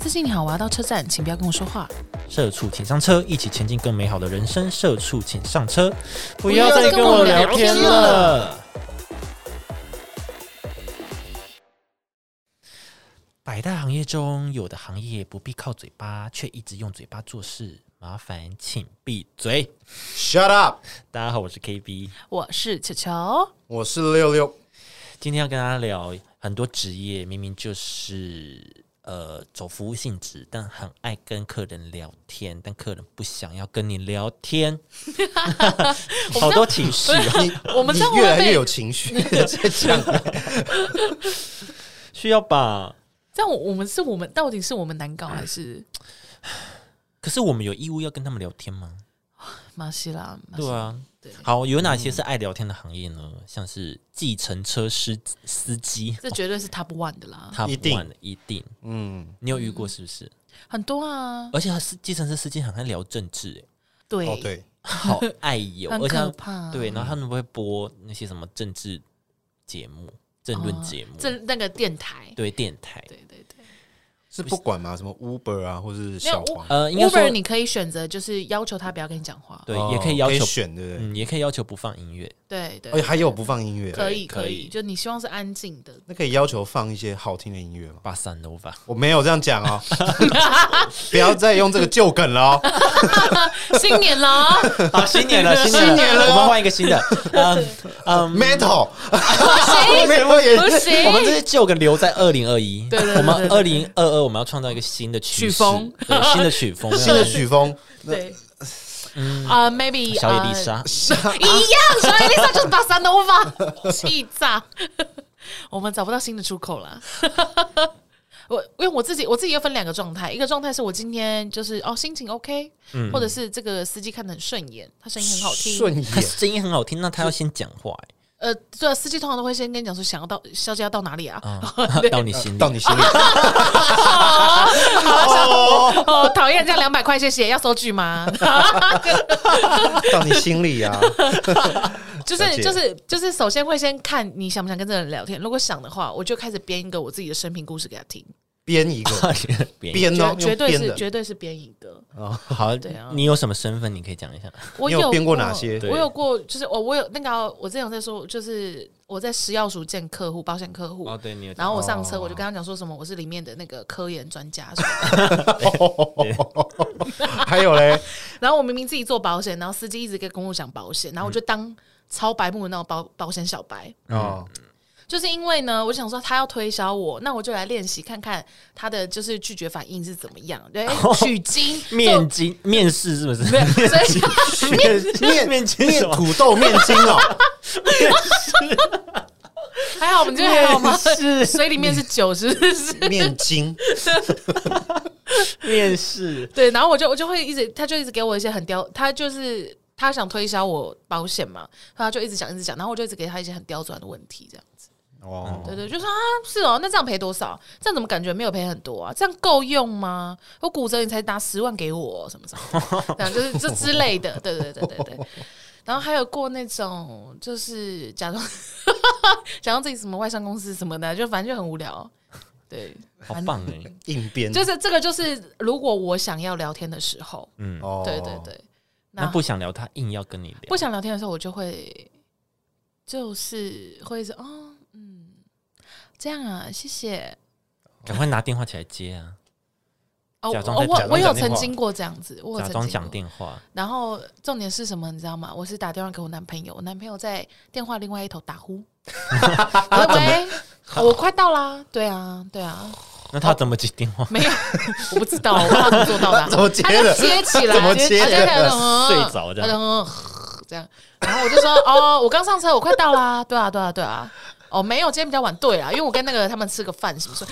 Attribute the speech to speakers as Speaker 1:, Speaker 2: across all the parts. Speaker 1: 司机你好，我要到车站，请不要跟我说话。
Speaker 2: 社畜请上车，一起前进更美好的人生。社畜请上车，不
Speaker 1: 要
Speaker 2: 要
Speaker 1: 再
Speaker 2: 再
Speaker 1: 跟
Speaker 2: 跟
Speaker 1: 我
Speaker 2: 我
Speaker 1: 聊
Speaker 2: 聊
Speaker 1: 天
Speaker 2: 天
Speaker 1: 了
Speaker 2: 了。百大行业中，有的行业不必靠嘴巴，却一直用嘴巴做事，麻烦请闭嘴。
Speaker 3: Shut up！
Speaker 2: 大家好，我是 KB，
Speaker 1: 我是球球，
Speaker 3: 我是六六，
Speaker 2: 今天要跟大家聊很多职业，明明就是呃走服务性质，但很爱跟客人聊天，但客人不想要跟你聊 天，好多情绪啊。
Speaker 3: 你
Speaker 1: 我们
Speaker 3: 你
Speaker 1: 这样会不会
Speaker 3: 越来
Speaker 1: 被
Speaker 3: 越有 情绪，在讲
Speaker 2: 需要吧？
Speaker 1: 但我我们是我们到底是我们难搞还是
Speaker 2: 可是我们有义务要跟他们聊天吗？
Speaker 1: 马西拉？马西
Speaker 2: 对
Speaker 1: 拉，
Speaker 2: 啊，
Speaker 1: 对
Speaker 2: 好，有哪些是爱聊天的行业呢？像是计程车司司机，
Speaker 1: 这绝对是 top one 的啦，
Speaker 2: 他
Speaker 3: 一定
Speaker 2: 的一定，
Speaker 3: 嗯，
Speaker 2: 你有遇过是不是？
Speaker 1: 很多啊，
Speaker 2: 而且他是计程车司机很爱聊政治、欸，
Speaker 1: 对，
Speaker 3: 哦对，
Speaker 2: 好爱有，
Speaker 1: 很
Speaker 2: 而
Speaker 1: 可
Speaker 2: 且他
Speaker 1: 怕。
Speaker 2: 对，然后他们会播那些什么政治节目、政论节目，
Speaker 1: 这那个电台，
Speaker 2: 对电台，
Speaker 1: 哦对对对，
Speaker 3: 是不管嘛，什么 Uber 啊，或是小黄，
Speaker 2: 呃，应该
Speaker 1: Uber
Speaker 2: 说
Speaker 1: 你可以选择就是要求他不要跟你讲话，
Speaker 2: 对，
Speaker 3: 哦
Speaker 2: 也可以要求，
Speaker 3: 选，对不对？
Speaker 2: 嗯，也可以要求不放音乐，
Speaker 1: 对对
Speaker 3: 而且还有不放音乐，
Speaker 1: 可以
Speaker 2: 哎可以
Speaker 1: 可以，就你希望是安静的，
Speaker 3: 那可以要求放一些好听的音乐吗？
Speaker 2: 巴萨诺 瓦，
Speaker 3: 我没有这样讲 哦，不要再用这个旧梗了哦。
Speaker 1: 新年了 哦，
Speaker 2: 好，啊新年了，新年了，
Speaker 3: 新年了
Speaker 2: 我们换一个新 的，嗯嗯，
Speaker 3: Metal，
Speaker 1: 不
Speaker 3: 没有
Speaker 1: 行不
Speaker 3: 也
Speaker 1: 行，
Speaker 2: 我们这些旧梗留在二零二一，
Speaker 1: 对对对
Speaker 2: 我们
Speaker 1: 对
Speaker 2: 二零二二我们要创造一个新的趋势
Speaker 1: 曲风，
Speaker 2: 对新的 曲风，
Speaker 3: 新的曲风，
Speaker 1: 对，啊、m a y b e
Speaker 2: 嗯小野丽莎，
Speaker 1: 一样，小野丽莎就是把三头发 气炸，我们找不到新的出口了。 我因为我自己，我自己要分两个状态，一个状态是我今天就是哦心情 OK，、或者是这个司机看得很顺眼，他声音很好听，
Speaker 3: 嗯顺眼
Speaker 2: 可是声音很好听，那他要先讲话，
Speaker 1: 呃，对啊，司机通常都会先跟你讲说想要到小姐要到哪里啊，
Speaker 2: 哎 到你心里
Speaker 3: 到，你心 里。
Speaker 1: 哦，讨厌这样两百块，谢谢，要收据吗？
Speaker 3: 到你心里啊！
Speaker 1: 就是
Speaker 3: 了解
Speaker 1: 就是就是，首先会先看你想不想跟这个人聊天。如果想的话，我就开始编一个我自己的生平故事给他听，
Speaker 3: 编一个，
Speaker 2: 别
Speaker 3: 编哦
Speaker 1: 绝，绝对
Speaker 3: 用编
Speaker 1: 是
Speaker 3: 的
Speaker 1: 绝对是编一个。
Speaker 3: 哦，
Speaker 2: 好
Speaker 1: 对啊，
Speaker 2: 你有什么身份？你可以讲一下。
Speaker 1: 我
Speaker 3: 你有编过哪些
Speaker 1: 我有过，就是我我有那个啊、我之前有在说，就是我在食药署见客户，保险客户。，
Speaker 2: 哦对你有
Speaker 1: 然后我上车，我就跟他讲说什么，我是里面的那个科研专家什么的。
Speaker 3: 还有嘞，
Speaker 1: 然后我明明自己做保险，然后司机一直跟跟我讲保险，然后我就当超白目的那种保保险小白。
Speaker 2: 嗯
Speaker 3: 哦，
Speaker 1: 就是因为呢，我想说他要推销我，那我就来练习看看他的就是拒绝反应是怎么样。对，取经
Speaker 2: 哦 面筋面试是不是？
Speaker 1: 做所以
Speaker 3: 面
Speaker 2: 面 筋
Speaker 3: 面
Speaker 2: 什么？
Speaker 3: 土豆面筋哦，
Speaker 1: 还好我们这边还 好吗？水里面是酒，是不是？
Speaker 3: 面筋，
Speaker 2: 面试
Speaker 1: 对，然后我就我就会一直，他就一直给我一些很刁，他就是他想推销我保险嘛，他就一直讲一直讲，然后我就一直给他一些很刁钻的问题，这样子。
Speaker 3: 哦，
Speaker 1: 对对，就说啊，是哦，那这样赔多少？这样怎么感觉没有赔很多啊？这样够用吗？我骨折你才拿十万给我，什么什么的，这样就是这之类的。对对对对对。然后还有过那种，就是假装假装自己什么外商公司什么的，就反正就很无聊。对，
Speaker 2: 好
Speaker 1: 反
Speaker 2: 棒哎！
Speaker 3: 硬编，
Speaker 1: 就是这个，就是如果我想要聊天的时候，
Speaker 3: 哦，
Speaker 1: 对对，对，那
Speaker 2: 嗯那不想聊，他硬要跟你聊
Speaker 1: 不。想聊天的时候，我就会就是会是哦，嗯，这样啊，谢谢。
Speaker 2: 赶快拿电话起来接啊！
Speaker 1: 哦，
Speaker 2: 假装
Speaker 1: 哦
Speaker 2: 在假
Speaker 1: 我
Speaker 2: 装
Speaker 1: 我有
Speaker 2: 讲电
Speaker 1: 曾
Speaker 2: 话
Speaker 1: 经过这样子，我有
Speaker 2: 假
Speaker 1: 曾
Speaker 2: 装
Speaker 1: 经
Speaker 2: 讲
Speaker 1: 过。
Speaker 2: 电话，
Speaker 1: 然后重点是什么，你知道吗？我是打电话给我男朋友，我男朋友在电话另外一头打 呼。喂喂，哦我快到啦！对啊，对啊，
Speaker 2: 那他怎么接电话？
Speaker 1: 没有， 我不知道，我不知道怎么做到的啊
Speaker 3: 。怎么接
Speaker 1: 他就
Speaker 3: 的？
Speaker 1: 接起来，
Speaker 3: 怎么接
Speaker 1: 他就
Speaker 3: 的
Speaker 1: 开始嗯
Speaker 2: 睡着这样
Speaker 1: 他就嗯这样，然后我就说 哦，我刚上车，我快到啦，对啊，对啊，对啊，哦，没有，今天比较晚，对啊啦，因为我跟那个他们吃个饭什么说，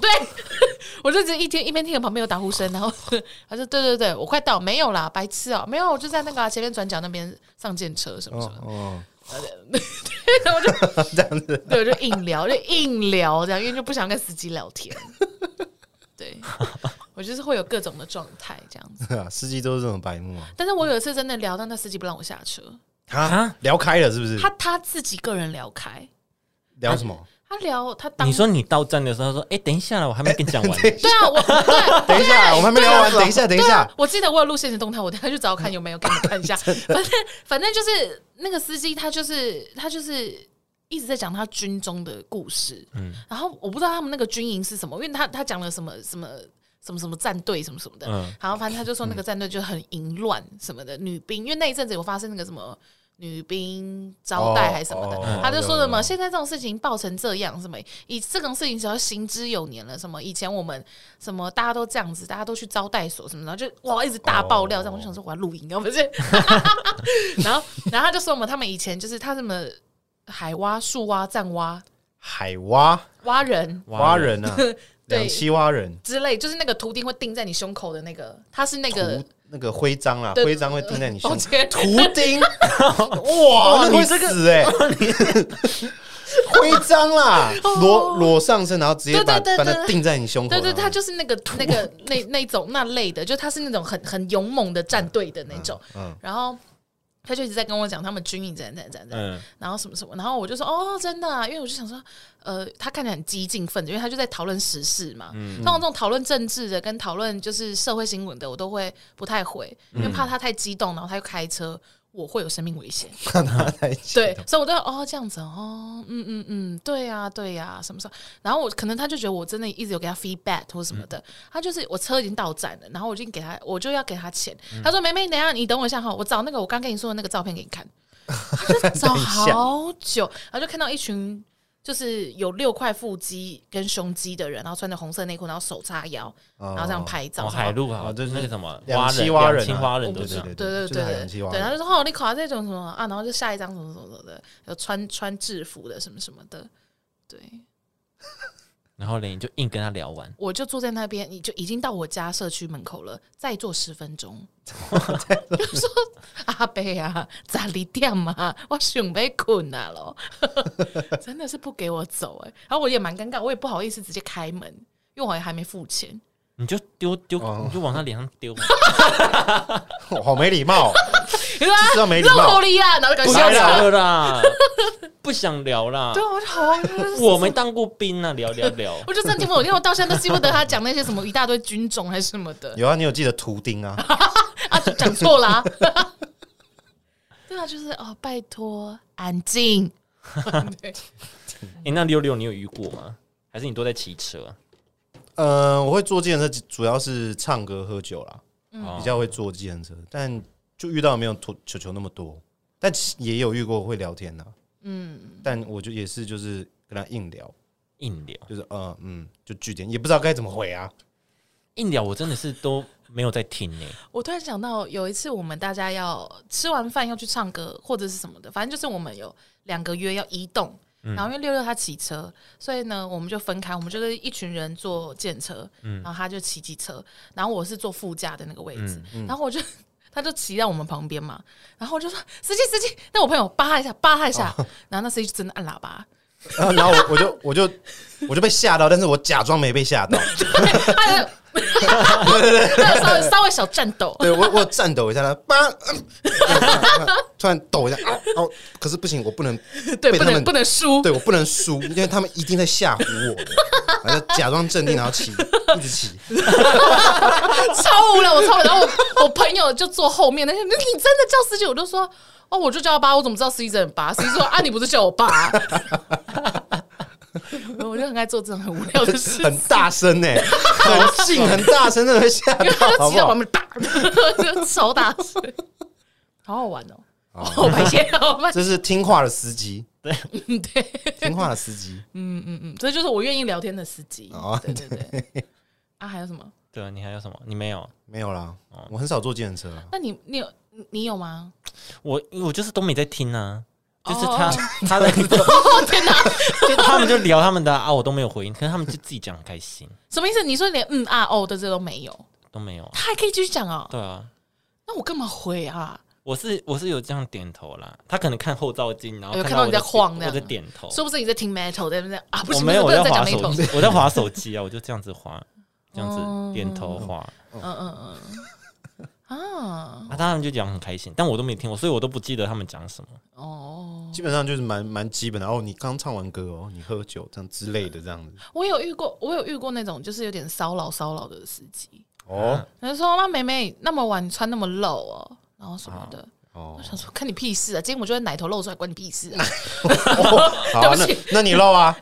Speaker 1: 对， 我就只一天一边听着旁边有打呼声，然后 他说对对对，我快到，没有啦，白痴哦、没有，我就在那个啊、前面转角那边上电车什么什么的，
Speaker 3: 哦，
Speaker 1: 然 后我就
Speaker 3: 这样子，
Speaker 1: 对，我就硬聊，就硬聊这样，因为就不想跟司机聊天， 对。我就是会有各种的状态这样子，
Speaker 3: 啊司机都是这种白目啊
Speaker 1: 但是我有一次真的聊到那司机不让我下车，
Speaker 3: 啊，聊开了是不是？
Speaker 1: 他他自己个人聊开，
Speaker 3: 聊什么？
Speaker 1: 他聊他当
Speaker 2: 你说你到站的时候，他说：“哎，等一下啦，我还没跟你讲 完。
Speaker 1: 对啊，我对 啊
Speaker 3: 等一下，我们还没聊完，等一下，等一
Speaker 1: 对啊
Speaker 3: 下，，
Speaker 1: 我记得我有录现实动态，我等一下去找看有没有给你们看一 下。反正反正就是那个司机，他就是他就是一直在讲他军中的故事，嗯，然后我不知道他们那个军营是什么，因为他他讲了什么什么。什么什么战队什么什么的，
Speaker 2: 嗯
Speaker 1: 然后反正他就说那个战队就很淫乱什么
Speaker 3: 嗯
Speaker 1: 的，女兵，因为那一阵子有发生那个什么女兵招待还是什么的，
Speaker 3: 哦哦
Speaker 1: 他就说
Speaker 3: 有
Speaker 1: 什
Speaker 3: 有
Speaker 1: 么
Speaker 3: 有
Speaker 1: 现在这种事情爆成这样，什么以这种事情只要行之有年了，什么以前我们什么大家都这样子，大家都去招待所什么，然后就哇一直大爆料，这样我就想
Speaker 3: 哦
Speaker 1: 说我要录音，要不是， 然后然后他就说嘛，他们以前就是他什么海蛙、树蛙、藏蛙、
Speaker 3: 海蛙
Speaker 1: 蛙人
Speaker 3: 蛙人啊，
Speaker 1: 对
Speaker 3: 两栖蛙人，
Speaker 1: 之类，就是那个图钉会钉在你胸口的那个，他是那个
Speaker 3: 图那个徽章啊，
Speaker 1: 对
Speaker 3: 徽章会钉在你胸
Speaker 1: 抱歉
Speaker 3: 口，图 钉，哇，那会死哎， 徽章啦，裸裸上身，然后直接把
Speaker 1: 哦对对对
Speaker 3: 把
Speaker 1: 对
Speaker 3: 它钉在你胸口，
Speaker 1: 对对，他就是那个那个那那种那类的，就他是那种很很勇猛的战队的那种。
Speaker 3: 嗯嗯
Speaker 1: 然后他就一直在跟我讲他们军营怎样怎样怎样”怎样，
Speaker 2: 嗯，
Speaker 1: 然后什么什么，然后我就说哦，真的、啊，因为我就想说，呃，他看起来很激进分子，因为他就在讨论时事嘛。通常这种讨论政治的跟讨论就是社会新闻的，我都会不太回，因为怕他太激动，然后他又开车。我会有生命危险，
Speaker 3: 看他在一起
Speaker 1: 对，所以我都哦这样子哦，嗯嗯嗯，对呀、对呀、什么时候？然后我可能他就觉得我真的一直有给他 feedback 或什
Speaker 2: 嗯
Speaker 1: 么的，他就是我车已经到站了，然后我已经给他，我就要给他 钱，他说梅梅，等一下你等我一下哈，我找那个我刚跟你说的那个照片给你 看，他就找好久，然后就看到一群。就是有六块腹肌跟胸肌的人，然后穿着红色内裤，然后手叉腰，然后这样拍照。
Speaker 2: 哦，
Speaker 1: 然后
Speaker 2: 海陆好，
Speaker 3: 哦
Speaker 2: 就
Speaker 3: 就是是
Speaker 2: 那个什么
Speaker 3: 两栖
Speaker 2: 蛙
Speaker 3: 蛙
Speaker 2: 人、
Speaker 3: 人
Speaker 2: 两
Speaker 3: 啊
Speaker 2: 栖蛙人
Speaker 1: 我
Speaker 2: 都
Speaker 1: 不
Speaker 2: 这样
Speaker 3: 对。
Speaker 1: 对对
Speaker 3: 就是海洋
Speaker 1: 对
Speaker 3: 计划
Speaker 1: 对，他就说哦，你考这种什么啊，然后就下一张什么什么什么的，有穿穿制服的什么什么的，对，
Speaker 2: 然后呢，你就硬跟他聊完，
Speaker 1: 我就坐在那边，你就已经到我家社区门口了，再坐十分 钟。就说阿贝啊，咋离店嘛？啊我准备困啊咯， 真的是不给我走哎、然后我也蛮尴尬，我也不好意思直接开门，因为我还没付钱。
Speaker 2: 你就丢丢，
Speaker 3: 哦
Speaker 2: 你就往他脸上 丢。
Speaker 3: 哦好没礼貌，
Speaker 1: 你说啊
Speaker 3: 知道没礼
Speaker 1: 肉
Speaker 3: 貌
Speaker 1: 狐。狸啊，然后就
Speaker 2: 不
Speaker 1: 搞
Speaker 2: 要
Speaker 1: 笑
Speaker 2: 聊
Speaker 1: 了。
Speaker 2: 了啦，不想聊啦
Speaker 1: 对，。我就好啊，就是
Speaker 2: 我没当过兵啊，聊聊聊
Speaker 1: 。我就真的听不懂，因为我到现在都记不得他讲那些什么一大堆军种还是什么的
Speaker 3: 有啊，你有记得图钉啊？
Speaker 1: 啊，讲错啦。对啊，就是哦，拜托安静。 对
Speaker 2: 哎，那六六你有遇过吗？还是你都在骑车？
Speaker 3: 呃，我会坐计程车，主要是唱歌喝酒啦，
Speaker 2: 哦
Speaker 1: 嗯
Speaker 3: 比较会坐计程车，但就遇到没有球球球那么多，但其也有遇过会聊天的、嗯，但我就也是就是跟他硬聊，
Speaker 2: 硬聊，
Speaker 3: 就是呃嗯，就据点也不知道该怎么回啊，
Speaker 2: 硬聊，我真的是都没有在听呢。
Speaker 1: 我突然想到，有一次我们大家要吃完饭要去唱歌或者是什么的，反正就是我们有两个约要移动。
Speaker 3: 嗯
Speaker 1: 然后因为六六他骑车，所以呢，我们就分开，我们就是一群人坐电车，
Speaker 3: 嗯
Speaker 1: 然后他就骑机车，然后我是坐副驾的那个位置，
Speaker 3: 嗯
Speaker 1: 然后我就 他就骑到我们旁边嘛，然后我就说司机司机，那我朋友扒他一下扒他一下，
Speaker 3: 哦
Speaker 1: 然后那司机就真的按喇叭，
Speaker 3: 然后然后我我就我就我就被吓到，但是我假装没被吓到，
Speaker 1: 他就 对稍微稍微小战斗，
Speaker 3: 对我我颤抖一下，然后叭、嗯突然抖一下，哦、哦，可是不行，我不能，
Speaker 1: 对，
Speaker 3: 被
Speaker 1: 不
Speaker 3: 他
Speaker 1: 能
Speaker 3: 们
Speaker 1: 不能输，
Speaker 3: 对我不能输，因为他们一定在吓唬我的，然后就假装镇定，然后骑，一直 骑。
Speaker 1: 超无聊，我超无聊。然后我我朋友就坐后面，那些你真的叫司机？我就说哦，我就叫他爸，我怎么知道司机真的爸？司机说啊， 你不是叫我爸？我就很爱做这种很无聊的事，
Speaker 3: 很大声呢、很近，很大声，真的会吓
Speaker 1: 因为他就
Speaker 3: 到，好
Speaker 1: 骑
Speaker 3: 不
Speaker 1: 到我
Speaker 3: 好？
Speaker 1: 们打，就 超大声，好好玩哦。哦，白天 好白
Speaker 3: 这是听话的司机， 嗯
Speaker 1: 天，对，
Speaker 3: 听话的司机，
Speaker 1: 嗯，这就是我愿意聊天的司机
Speaker 3: 哦。
Speaker 1: 对对对。啊，还有什么？
Speaker 2: 对啊，你还有什么？你没有？
Speaker 3: 没有啦，我很少坐计程车啦，啊
Speaker 1: 那你你有你有吗？
Speaker 2: 我我就是都没在听啊，就是
Speaker 1: 哦
Speaker 2: 他他在，就
Speaker 1: 哦天哪，
Speaker 2: 他 们就聊他们的啊，我都没有回应，可是他们就自己讲很开心，
Speaker 1: 什么意思？你说连嗯啊哦的这都没有，
Speaker 2: 都没有啊。
Speaker 1: 他还可以继续讲哦？
Speaker 2: 对啊，
Speaker 1: 那我干嘛回啊？
Speaker 2: 我是我是有这样点头啦，他可能看后照镜，然后
Speaker 1: 有哎看
Speaker 2: 到
Speaker 1: 到
Speaker 2: 我
Speaker 1: 你在晃
Speaker 2: 点
Speaker 1: 这样
Speaker 2: 我在点头。
Speaker 1: 说不定你在听 metal，对不对？啊，不
Speaker 2: 哦我
Speaker 1: 行，
Speaker 2: 没有，
Speaker 1: 不
Speaker 2: 我
Speaker 1: 能
Speaker 2: 在
Speaker 1: 再讲
Speaker 2: 划手
Speaker 1: metal。
Speaker 2: 机，我在划手机啊，我就这样子划，这样子点头划。
Speaker 1: 哦 嗯嗯嗯，啊，
Speaker 2: 啊，当然就讲很开心，但我都没听过，所以我都不记得他们讲什么。
Speaker 1: 哦，
Speaker 3: 基本上就是蛮蛮基本的。哦，你刚唱完歌哦，你喝酒这样之类的这样子。
Speaker 1: 我有遇过，我有遇过那种就是有点骚扰骚扰的司机，
Speaker 3: 哦
Speaker 1: 他就说：“那妹妹那么晚你穿那么露哦，然后什么
Speaker 2: 啊
Speaker 1: 的。
Speaker 3: 哦
Speaker 1: 我，想说，看你屁事啊！今天我觉得奶头露出来，关你屁事啊！
Speaker 3: 好
Speaker 1: 对
Speaker 3: 啊，
Speaker 1: 不
Speaker 3: 那
Speaker 1: 起
Speaker 3: 那你漏 啊。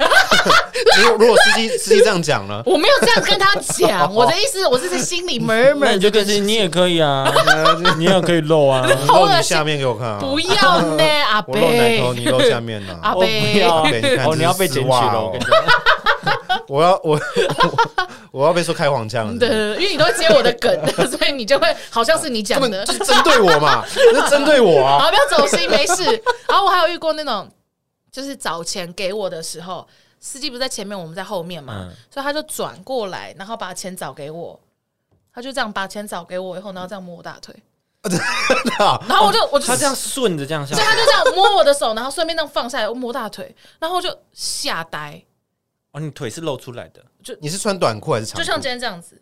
Speaker 3: 如果如果司机司机这样讲了，
Speaker 1: 我没有这样跟他讲， 我的意思，我是在心里 murmur
Speaker 2: 那你就跟是你也可以啊，你也可以露啊。
Speaker 3: 你露你下面给我看啊！
Speaker 1: 不要 呢，阿
Speaker 3: 我露奶
Speaker 1: 贝，
Speaker 3: 头，你露下面 呢、
Speaker 1: 阿
Speaker 2: 我不
Speaker 1: 贝
Speaker 2: 要 啊
Speaker 3: 对你看
Speaker 2: 哦，你要被
Speaker 3: 这
Speaker 2: 检举
Speaker 3: 是丝袜
Speaker 2: 了，
Speaker 3: 哦
Speaker 2: 我跟你讲，
Speaker 3: 我要我 我我要被说开黄腔了是 不
Speaker 1: 对，
Speaker 3: 是，
Speaker 1: 因为你都会接我的梗，所以你就会好像是你讲
Speaker 3: 根
Speaker 1: 的
Speaker 3: 本就。是针对我嘛，就是针对我啊！
Speaker 1: 好，不要走心，没事。 然后我还有遇过那种，就是找钱给我的时候，司机不是在前面，我们在后面嘛，
Speaker 2: 嗯
Speaker 1: 所以他就转过来，然后把钱找给我。他就这样把钱找给我以后，然后这样摸我大腿，然后我就我就
Speaker 2: 他这样顺着这样下
Speaker 1: 所以，他就这样摸我的手，然后顺便这样放下来，我摸大腿，然后我就吓呆，
Speaker 2: 哦，你腿是露出来
Speaker 1: 啊
Speaker 2: 的，
Speaker 3: 你是穿短裤还是长
Speaker 1: 就
Speaker 3: 裤？
Speaker 1: 像今天这样子。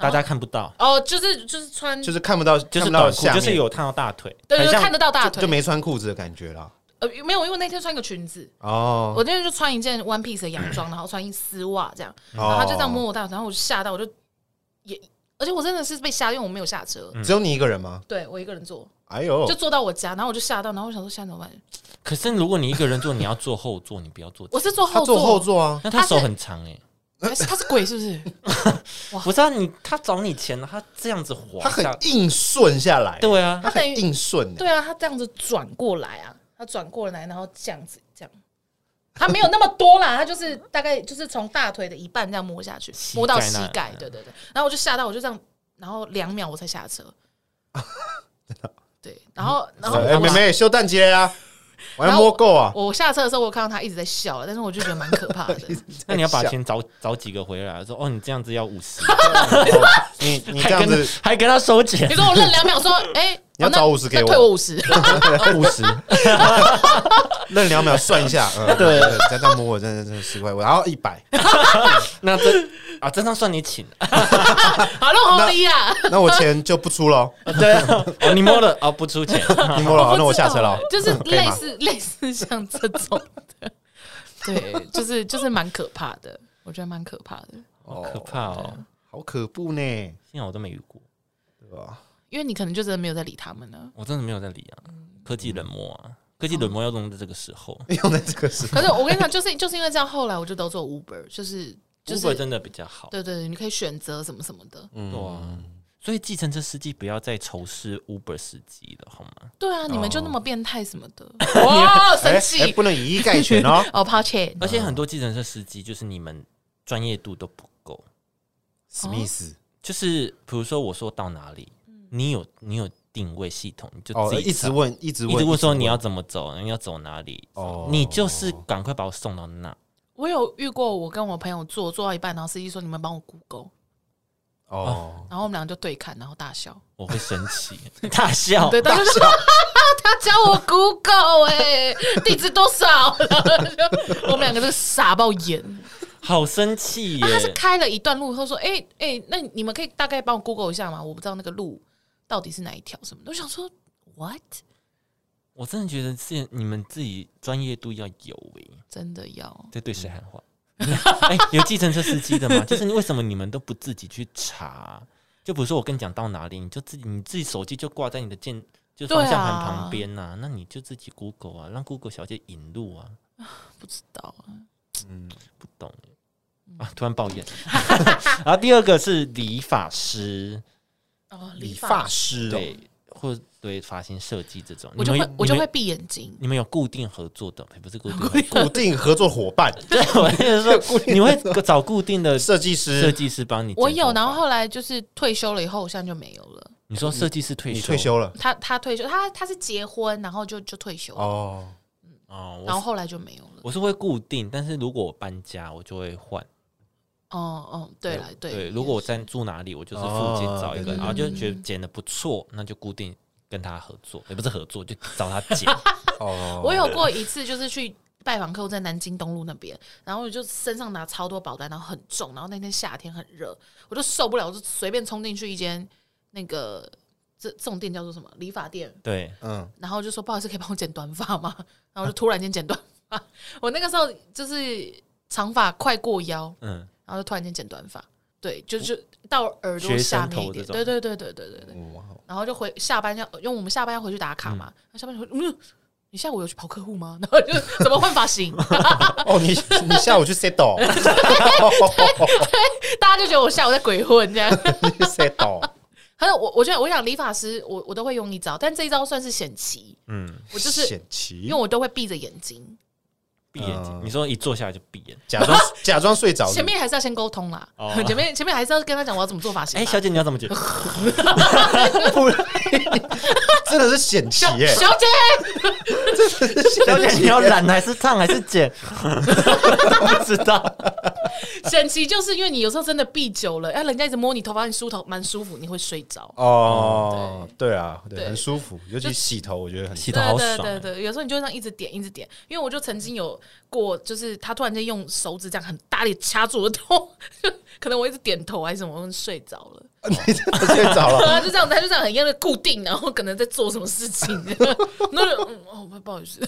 Speaker 2: 大家看不到，
Speaker 1: 哦，就是就是穿，
Speaker 3: 就是看不到，就
Speaker 2: 就是是
Speaker 3: 到
Speaker 2: 短裤
Speaker 3: 下，面，
Speaker 2: 就是有看到大腿，
Speaker 1: 对，就
Speaker 2: 很像
Speaker 1: 看得到大
Speaker 3: 就
Speaker 1: 腿，
Speaker 3: 就没穿裤子的感觉啦。
Speaker 1: 呃没有，因为那天穿个裙子，
Speaker 3: 哦，
Speaker 1: 我那天就穿一件 one piece 的洋装，然后穿一丝袜这样，
Speaker 3: 然
Speaker 1: 然后他就这
Speaker 3: 哦
Speaker 1: 样摸，我大腿，然后我就吓到，我就也，而且我真的是被吓，因为我没有下车，
Speaker 3: 只有你一个人吗？
Speaker 1: 对我一个人坐，
Speaker 3: 哎呦
Speaker 1: 就，坐到我家，然后我就吓到，然后我想说现在怎么办？
Speaker 2: 可是如果你一个人坐，你要坐后座，你不要坐。
Speaker 1: 我是坐
Speaker 3: 他
Speaker 1: 后
Speaker 3: 坐后，座啊，
Speaker 2: 那他手很长哎、
Speaker 1: 还是他是鬼是不 是？
Speaker 2: 不是啊，你他找你钱，他这样子
Speaker 3: 他
Speaker 2: 滑
Speaker 3: 很
Speaker 2: 下，
Speaker 3: 硬顺下来，
Speaker 2: 对啊，
Speaker 3: 他很硬顺欸，
Speaker 1: 对啊，他这样子转过来啊，他转过来，然后这样子这样。他没有那么多啦，他就是大概就是从大腿的一半这样摸下去，摸到膝
Speaker 2: 膝
Speaker 1: 盖，
Speaker 2: 盖
Speaker 3: 嗯
Speaker 1: 对对对。然后我就吓到，我就这样，然后两秒我才下 车。对，然后然后
Speaker 3: 哎，
Speaker 1: 我
Speaker 3: 妹妹，休蛋节啊，我要摸够啊！
Speaker 1: 我下车的时候，我看到他一直在笑，但是我就觉得蛮可怕 的。
Speaker 2: 那你要把钱找找几个回来，说哦，你这样子要五 十，
Speaker 3: 哦 你你这
Speaker 2: 还
Speaker 3: 样
Speaker 2: 跟
Speaker 3: 子
Speaker 2: 还跟他收钱
Speaker 1: 你，说我愣两秒，说哎，
Speaker 3: 你要
Speaker 1: 哦那
Speaker 3: 找50给
Speaker 1: 那
Speaker 3: 我
Speaker 1: 退我五 十。
Speaker 3: 五 十，愣两秒算一下，嗯，对，再再摸我，真的真的十块，我然后一百，
Speaker 2: 那真啊，真的算你请，
Speaker 1: 好，那我红利啊，
Speaker 3: 那我钱就不出 了，
Speaker 2: 对， 哦，你摸了哦，不出钱，
Speaker 3: 你摸了，好
Speaker 1: 不知
Speaker 3: 那
Speaker 1: 道
Speaker 3: 我下车了，
Speaker 1: 就是
Speaker 3: 可以
Speaker 1: 类
Speaker 3: 吗
Speaker 1: 似 类似像这种的，对，就是就是蛮可怕的，我觉得蛮可怕的，
Speaker 2: 好可怕哦，
Speaker 3: 好可怖呢，
Speaker 2: 现在我都没遇过，
Speaker 3: 对吧？
Speaker 1: 因为你可能就真的没有在理他们了。
Speaker 2: 我真的没有在理啊，
Speaker 3: 嗯
Speaker 2: 科技冷漠啊，科技冷漠要用在这个时候
Speaker 3: 用在这个时
Speaker 1: 可是我跟你讲，就是就是因为这样，后来我就都做 Uber，就是就
Speaker 2: u b
Speaker 1: 是
Speaker 2: 真的比较好，
Speaker 1: 对对对，你可以选择什么什么的。
Speaker 2: 对啊。
Speaker 3: 嗯
Speaker 2: 所以计程车司机不要再仇视 Uber 司机了，好吗？
Speaker 3: 嗯
Speaker 1: 对啊，你们就那么变态什么 的，哇，生
Speaker 3: 哎哦哎
Speaker 1: 气。
Speaker 3: 不能以一概全哦
Speaker 1: 哦，抱歉，
Speaker 2: 而且很多计程车司机就是你们专业度都不够，
Speaker 3: 什么意思？
Speaker 2: 就是比如说我说到哪里，
Speaker 1: 嗯
Speaker 2: 你有你有定位系统，你就
Speaker 3: 哦，
Speaker 2: 自己
Speaker 3: 一直
Speaker 2: 找
Speaker 3: 问，一直问，
Speaker 2: 一直问说你要怎么走，你要走哪里，
Speaker 3: 哦
Speaker 2: 你就是赶快把我送到那。
Speaker 1: 我有遇过，我跟我朋友坐坐到一半，然后司机说你们帮我 Google，啊
Speaker 3: 哦，
Speaker 1: 然后我们俩就对看，然后大笑。
Speaker 2: 我会生气，哦大笑。
Speaker 1: 对，他就说 他教我 Google 哎、地址多少？ 然后就我们两个就傻爆眼。
Speaker 2: 好生气
Speaker 1: 啊那他是
Speaker 2: 耶！
Speaker 1: 开了一段路，他说：“哎、哎、那你们可以大概帮我 Google 一下吗？我不知道那个路到底是哪一条什么的。”我想说，what？
Speaker 2: 我真的觉得是你们自己专业度要有欸诶，
Speaker 1: 真的要？
Speaker 2: 在对谁喊话？ 哎、有计程车司机的吗？就是你为什么你们都不自己去查？就比如说我跟你讲到哪里，你就自己你自己手机就挂在你的键就方向盘旁边呐、
Speaker 1: 啊
Speaker 2: 那你就自己 Google 啊，让 Google 小姐引路啊，
Speaker 1: 不知道啊。
Speaker 2: 不懂耶
Speaker 1: 嗯
Speaker 2: 啊，突然抱怨。 然后第二个是理发师，
Speaker 1: 哦，
Speaker 3: 理
Speaker 1: 理
Speaker 3: 发
Speaker 1: 发，
Speaker 3: 师哦，
Speaker 2: 对，或者对发型设计这种，
Speaker 1: 我就
Speaker 2: 你
Speaker 1: 会
Speaker 2: 们
Speaker 1: 我就
Speaker 2: 你
Speaker 1: 会
Speaker 2: 们
Speaker 1: 闭眼睛。
Speaker 2: 你们有固定合作的，不是 固定合 作，
Speaker 3: 固定合作伙伴，
Speaker 2: 对，我就是说你会找固定的
Speaker 3: 设计
Speaker 2: 设
Speaker 3: 师，
Speaker 2: 计师帮你。
Speaker 1: 我有，然后后来就是退休了以后，我现在就没有了。
Speaker 2: 你说设计师退
Speaker 3: 你
Speaker 2: 休，
Speaker 3: 退休了
Speaker 1: 他他退休，他他是结婚，然后就就退休，
Speaker 3: 哦，
Speaker 2: 哦，
Speaker 1: 然后
Speaker 2: 我是
Speaker 1: 后来就没有了。
Speaker 2: 我是会固定，但是如果我搬家，我就会换。
Speaker 1: 哦哦，对了，
Speaker 2: 对，如果我在住哪里，我就是附近
Speaker 3: 哦
Speaker 2: 找一
Speaker 3: 对
Speaker 2: 个，
Speaker 3: 对
Speaker 2: 然后就觉得剪的不错，那就固定跟他合作，也不是合作，就找他 剪。
Speaker 3: 哦，
Speaker 1: 我有过一次，就是去拜访客户，在南京东路那边，然后我就身上拿超多保单，然后很重，然后那天夏天很热，我就受不了，我就随便冲进去一间那个这这种店叫做什么理发店，
Speaker 2: 对，
Speaker 3: 嗯，
Speaker 1: 然后就说不好意思，可以帮我剪短发吗？ 然后就突然间剪短发， 我那个时候就是长发快过腰，
Speaker 2: 嗯，
Speaker 1: 然后就突然间剪短发，对，就就到耳朵
Speaker 2: 哦学
Speaker 1: 下
Speaker 2: 生
Speaker 1: 面一
Speaker 2: 头
Speaker 1: 点，
Speaker 2: 这种
Speaker 1: 对对对对对对对，
Speaker 3: 哇哦，
Speaker 1: 然后就回下班要，因为我们下班要回去打卡嘛，那、下班就回，嗯，你下午有去跑客户吗？ 然后就怎么换发型，
Speaker 3: 哦，你你下午去 set 哦，
Speaker 1: 大家就觉得我下午在鬼混这样。
Speaker 3: 你去 set 哦，
Speaker 1: 反正我我觉得我想理发师，我我都会用一招，但这一招算是险棋，
Speaker 2: 嗯，
Speaker 1: 我就是
Speaker 3: 险
Speaker 1: 因
Speaker 3: 棋
Speaker 1: 为，我都会闭着眼睛，
Speaker 2: 闭眼睛，
Speaker 3: 嗯
Speaker 2: 你说一坐下来就闭眼。
Speaker 3: 假装假装睡着了，
Speaker 1: 前面还是要先沟通啦，
Speaker 2: 哦
Speaker 1: 前面前面还是要跟他讲我要怎么做发型
Speaker 2: 哎、
Speaker 1: 啦。
Speaker 2: 小姐，你要怎 么解？
Speaker 3: 不然真的是险棋耶，
Speaker 1: 小姐，
Speaker 3: 真的是险棋
Speaker 2: 小姐，你 要染还是烫还是 剪？不知道。
Speaker 1: 险棋就是因为你有时候真的闭久了，哎，人家一直摸你头发，你梳头蛮舒服，你会睡着。
Speaker 3: 哦，对啊，对，
Speaker 1: 对
Speaker 3: 很舒服，尤其洗头，我觉得很
Speaker 2: 洗
Speaker 1: 对
Speaker 2: 头好
Speaker 1: 对
Speaker 2: 爽、
Speaker 1: 对
Speaker 2: 欸，
Speaker 1: 对，有时候你就这样一直点一直点，因为我就曾经有过，就是他突然间用手指这样很大力掐住我的头， 可能我一直点头还是什么，我就睡着 了。 啊
Speaker 3: 你真的睡着了，
Speaker 1: 他就这样，他就这样很严的固定，然后可能在做什么事 情，那就嗯哦，不好意思。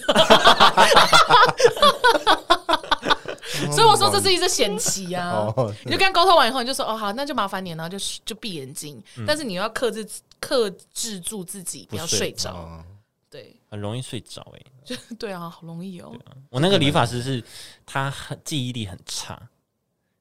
Speaker 1: 所以我说这是一只险棋啊
Speaker 3: 哦！
Speaker 1: 你就跟他沟通完以后，你就说哦好，那就麻烦你了，然后就就闭眼睛，但是你要克制克制住自己，不要睡着。
Speaker 3: 哦
Speaker 1: 对，
Speaker 2: 很容易睡着哎、
Speaker 1: 就对啊，好容易哦。
Speaker 2: 我那个理发师是他很记忆力很差，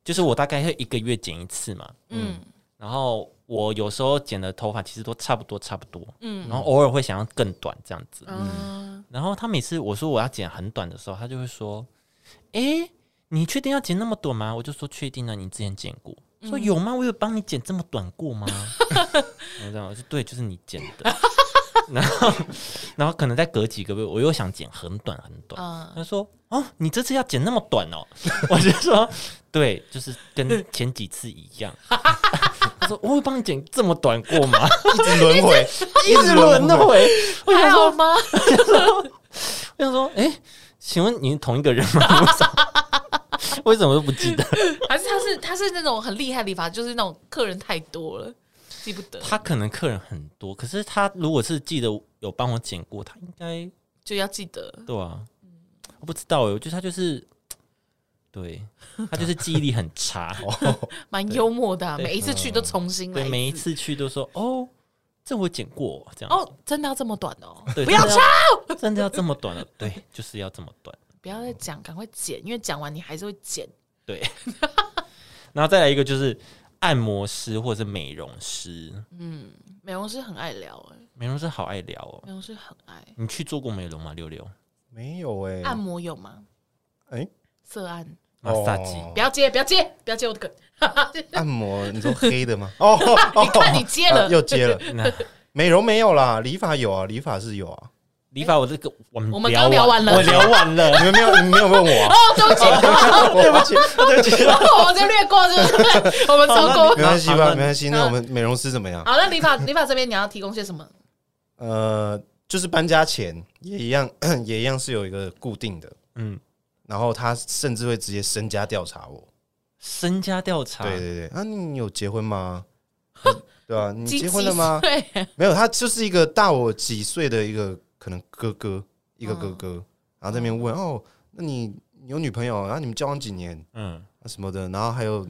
Speaker 2: 就是我大概会一个月剪一次嘛，
Speaker 1: 嗯
Speaker 2: 然后我有时候剪的头发其实都差不多差不多，
Speaker 1: 嗯
Speaker 2: 然后偶尔会想要更短这样子，
Speaker 1: 嗯，
Speaker 2: 然后他每次我说我要剪很短的时候，他就会说：“诶，你确定要剪那么短吗？”我就说：“确定啊，你之前剪过。”
Speaker 1: 嗯
Speaker 2: 说有吗？我有帮你剪这么短过吗？ 然后这样，我就对，就是你剪的。 然后，然后可能再隔几个月，我又想剪很短很短。
Speaker 1: 嗯
Speaker 2: 他说：“哦，你这次要剪那么短哦。” 我就说：“对，就是跟前几次一 样。”他说：“我会帮你剪这么短过吗？
Speaker 3: 一直轮回，
Speaker 2: 一直轮回。”我
Speaker 1: 还
Speaker 2: 想说
Speaker 1: 好吗？
Speaker 2: 我想说，哎、请问你是同一个人吗？为 什么？为什么 都不记得？
Speaker 1: 还是他是他是那种很厉害的理发，就是那种客人太多了，记不得，
Speaker 2: 他可能客人很多，可是他如果是记得有帮我剪过，他应该
Speaker 1: 就要记得。
Speaker 2: 对啊，我不知道哎、我觉得他就是，对他就是记忆力很差，哦
Speaker 1: 蛮幽默的啊、
Speaker 2: 对
Speaker 1: 每一次去都重新来
Speaker 2: 对
Speaker 1: 次
Speaker 2: 每一次去都说哦，这我剪过这样，
Speaker 1: 哦，真的要这么短哦，
Speaker 2: 对，
Speaker 1: 不要
Speaker 2: 吵，真的要这么短了， 对，就是要这么短，
Speaker 1: 不要再讲，赶快剪，因为讲完你还是会剪。
Speaker 2: 对，然后再来一个就是按摩师或者是美容师，
Speaker 1: 美容师很爱聊、哎，
Speaker 2: 美容师好爱聊哦。
Speaker 1: 美容师很爱
Speaker 2: 你去做过美容吗？六六
Speaker 3: 没有哎，
Speaker 1: 按摩有吗？
Speaker 3: 哎，
Speaker 1: 色按，
Speaker 2: 马萨基，
Speaker 3: 哦
Speaker 1: 不要接，不要接，不要接我的梗，
Speaker 3: 按摩，你说黑的吗？ 哦，哦
Speaker 1: 你看你接了
Speaker 3: 啊又接了，
Speaker 2: 那
Speaker 3: 美容没有啦，理发有啊，理发是有啊，
Speaker 2: 理发我这个我 们
Speaker 1: 我们
Speaker 2: 聊
Speaker 1: 刚聊完了
Speaker 2: 我聊完了，
Speaker 3: 你们没有，你们没有问我啊
Speaker 1: 哦，，对不起，
Speaker 3: 对不起， 对不起，
Speaker 1: 哦我们就略过，是不是？我们超过。
Speaker 3: 没关系
Speaker 2: 好
Speaker 3: 吧，
Speaker 2: 那
Speaker 3: 没关系，
Speaker 1: 那
Speaker 3: 那我们美容师怎么样？
Speaker 1: 好，那理发理发这边你要提供些什么？
Speaker 3: 呃，就是搬家前也一样， 也一样是有一个固定的，
Speaker 2: 嗯，
Speaker 3: 然后他甚至会直接身家调查我。
Speaker 2: 身家调查，
Speaker 3: 对对对，啊，你有结婚吗？对啊，你
Speaker 1: 几
Speaker 3: 结婚了吗？
Speaker 1: 对，
Speaker 3: 没有，他就是一个大我几岁的一个可能哥哥，一个哥哥，然后在那边问哦，那你你有女朋友？啊然后你们交往几年？
Speaker 2: 嗯，
Speaker 3: 啊什么的，然后还有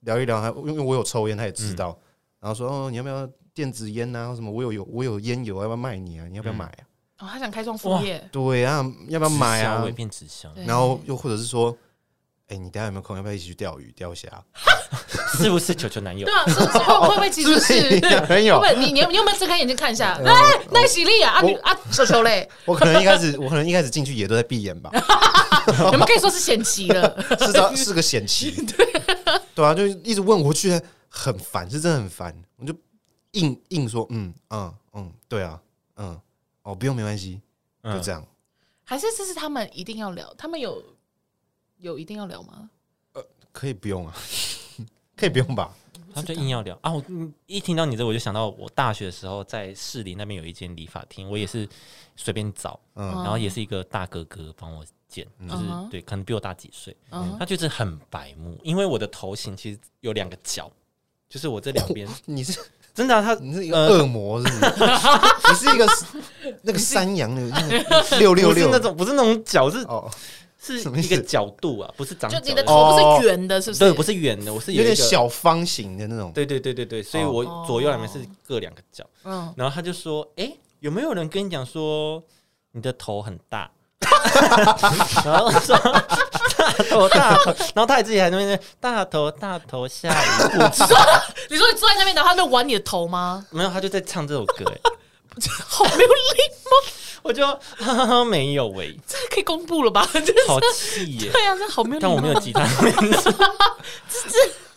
Speaker 3: 聊一聊，还因为我有抽烟，他也知道，然后说哦，你要不要电子烟啊？或什么？我有有我有烟油，要不要卖你啊？你要不要买啊？
Speaker 1: 哦，他想开创副业，
Speaker 3: 对啊，要不要买
Speaker 2: 直销
Speaker 3: 啊
Speaker 2: 我也？变直销，
Speaker 1: 对
Speaker 3: 然后又或者是说，哎、你等下有没有空？要不要一起去钓鱼、钓虾？
Speaker 2: 是不是球球男友
Speaker 1: 对？啊，是是会会不会其实是？
Speaker 3: 朋友
Speaker 1: 不，，你你你有没有睁开眼睛看一
Speaker 2: 嗯
Speaker 1: 下？哎，那喜力啊，啊你啊，球球 嘞，
Speaker 3: 我可能一开始我可能一开始进去也都在闭 眼吧，
Speaker 1: 有没有可以说是险棋了？
Speaker 3: 是道是个险棋，对啊，就一直问我，觉得很烦，是真的很烦，我就硬硬说嗯嗯嗯，对啊，嗯哦，不用没关系，就
Speaker 2: 嗯
Speaker 3: 这样。
Speaker 1: 还是这是他们一定要聊？他们有有一定要聊吗？
Speaker 3: 可以不用啊， 可以不用吧？
Speaker 2: 他们就硬要聊啊！我嗯一听到你这，我就想到我大学的时候在市里那边有一间理发厅，我也是随便找，
Speaker 3: 嗯
Speaker 2: 然后也是一个大哥哥帮我剪，就是
Speaker 1: 哦嗯哼
Speaker 2: 对，可能比我大几岁，
Speaker 1: 嗯哼
Speaker 2: 他就是
Speaker 1: 哦
Speaker 2: 很白目，因为我的头型其实有两个角，就是我这两边
Speaker 3: 你是
Speaker 2: 真的啊、他
Speaker 3: 你是一个恶魔，是 不是？你是一个那个山羊的那个六 六
Speaker 2: 不是
Speaker 3: 六
Speaker 2: 那种不是那种角，是
Speaker 3: 哦，
Speaker 2: 是
Speaker 3: 什么意
Speaker 2: 一
Speaker 3: 思
Speaker 2: 个角度啊，不是长
Speaker 1: 就
Speaker 2: 角
Speaker 1: 你的
Speaker 2: 那种
Speaker 1: 头不是圆的，是不是？
Speaker 2: 哦对，不是圆的，我是
Speaker 3: 有
Speaker 2: 一
Speaker 3: 点
Speaker 2: 个，
Speaker 3: 小方形的那种。
Speaker 2: 对对对对对，所以
Speaker 3: 哦
Speaker 2: 我左右两边
Speaker 1: 哦
Speaker 2: 是各两个角。
Speaker 1: 嗯，
Speaker 2: 然后他就说：“哎、有没有人跟你讲说你的头很大？” 然后我说大头大头，然后他还自己还在那边大头大头下一步，
Speaker 1: 你说你坐在那边，然后他在玩你的头吗？
Speaker 2: 没有，他就在唱这首歌、诶
Speaker 1: 好没有礼貌，
Speaker 2: 我就 哈哈哈没有喂、
Speaker 1: 这可以公布了吧？ 真是
Speaker 2: 好气耶、
Speaker 1: 对啊，这好没有礼
Speaker 2: 但
Speaker 1: 貌。
Speaker 2: 我没有吉他，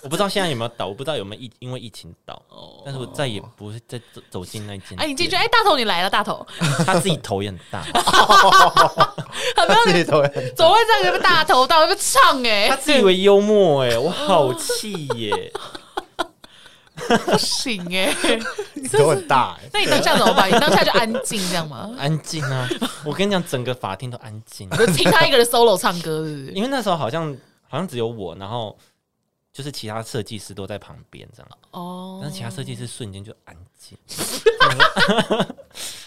Speaker 2: 我不知道现在有没有倒，我不知道有没有疫因为疫情倒，但是我再也不是再走走进那间。
Speaker 1: 哎，你进去，，哎，大头你来了，大头，
Speaker 2: 他自己头也很大，
Speaker 1: 他 不要
Speaker 3: 这里头很
Speaker 1: 总会这样个大头到那边唱哎、
Speaker 2: 他自以为幽默哎、我好气耶、
Speaker 1: 不行 哎、
Speaker 3: 你头很大欸，
Speaker 1: 那你当下怎么办？你当下就安静这样吗？
Speaker 2: 安静 啊！我跟你讲，整个法庭都安静，
Speaker 1: 就听他一个人 solo 唱歌，是不是？
Speaker 2: 因为那时候好像好像只有我，然后就是其他设计师都在旁边这样，
Speaker 1: 哦
Speaker 2: 但是其他设计师瞬间就安静，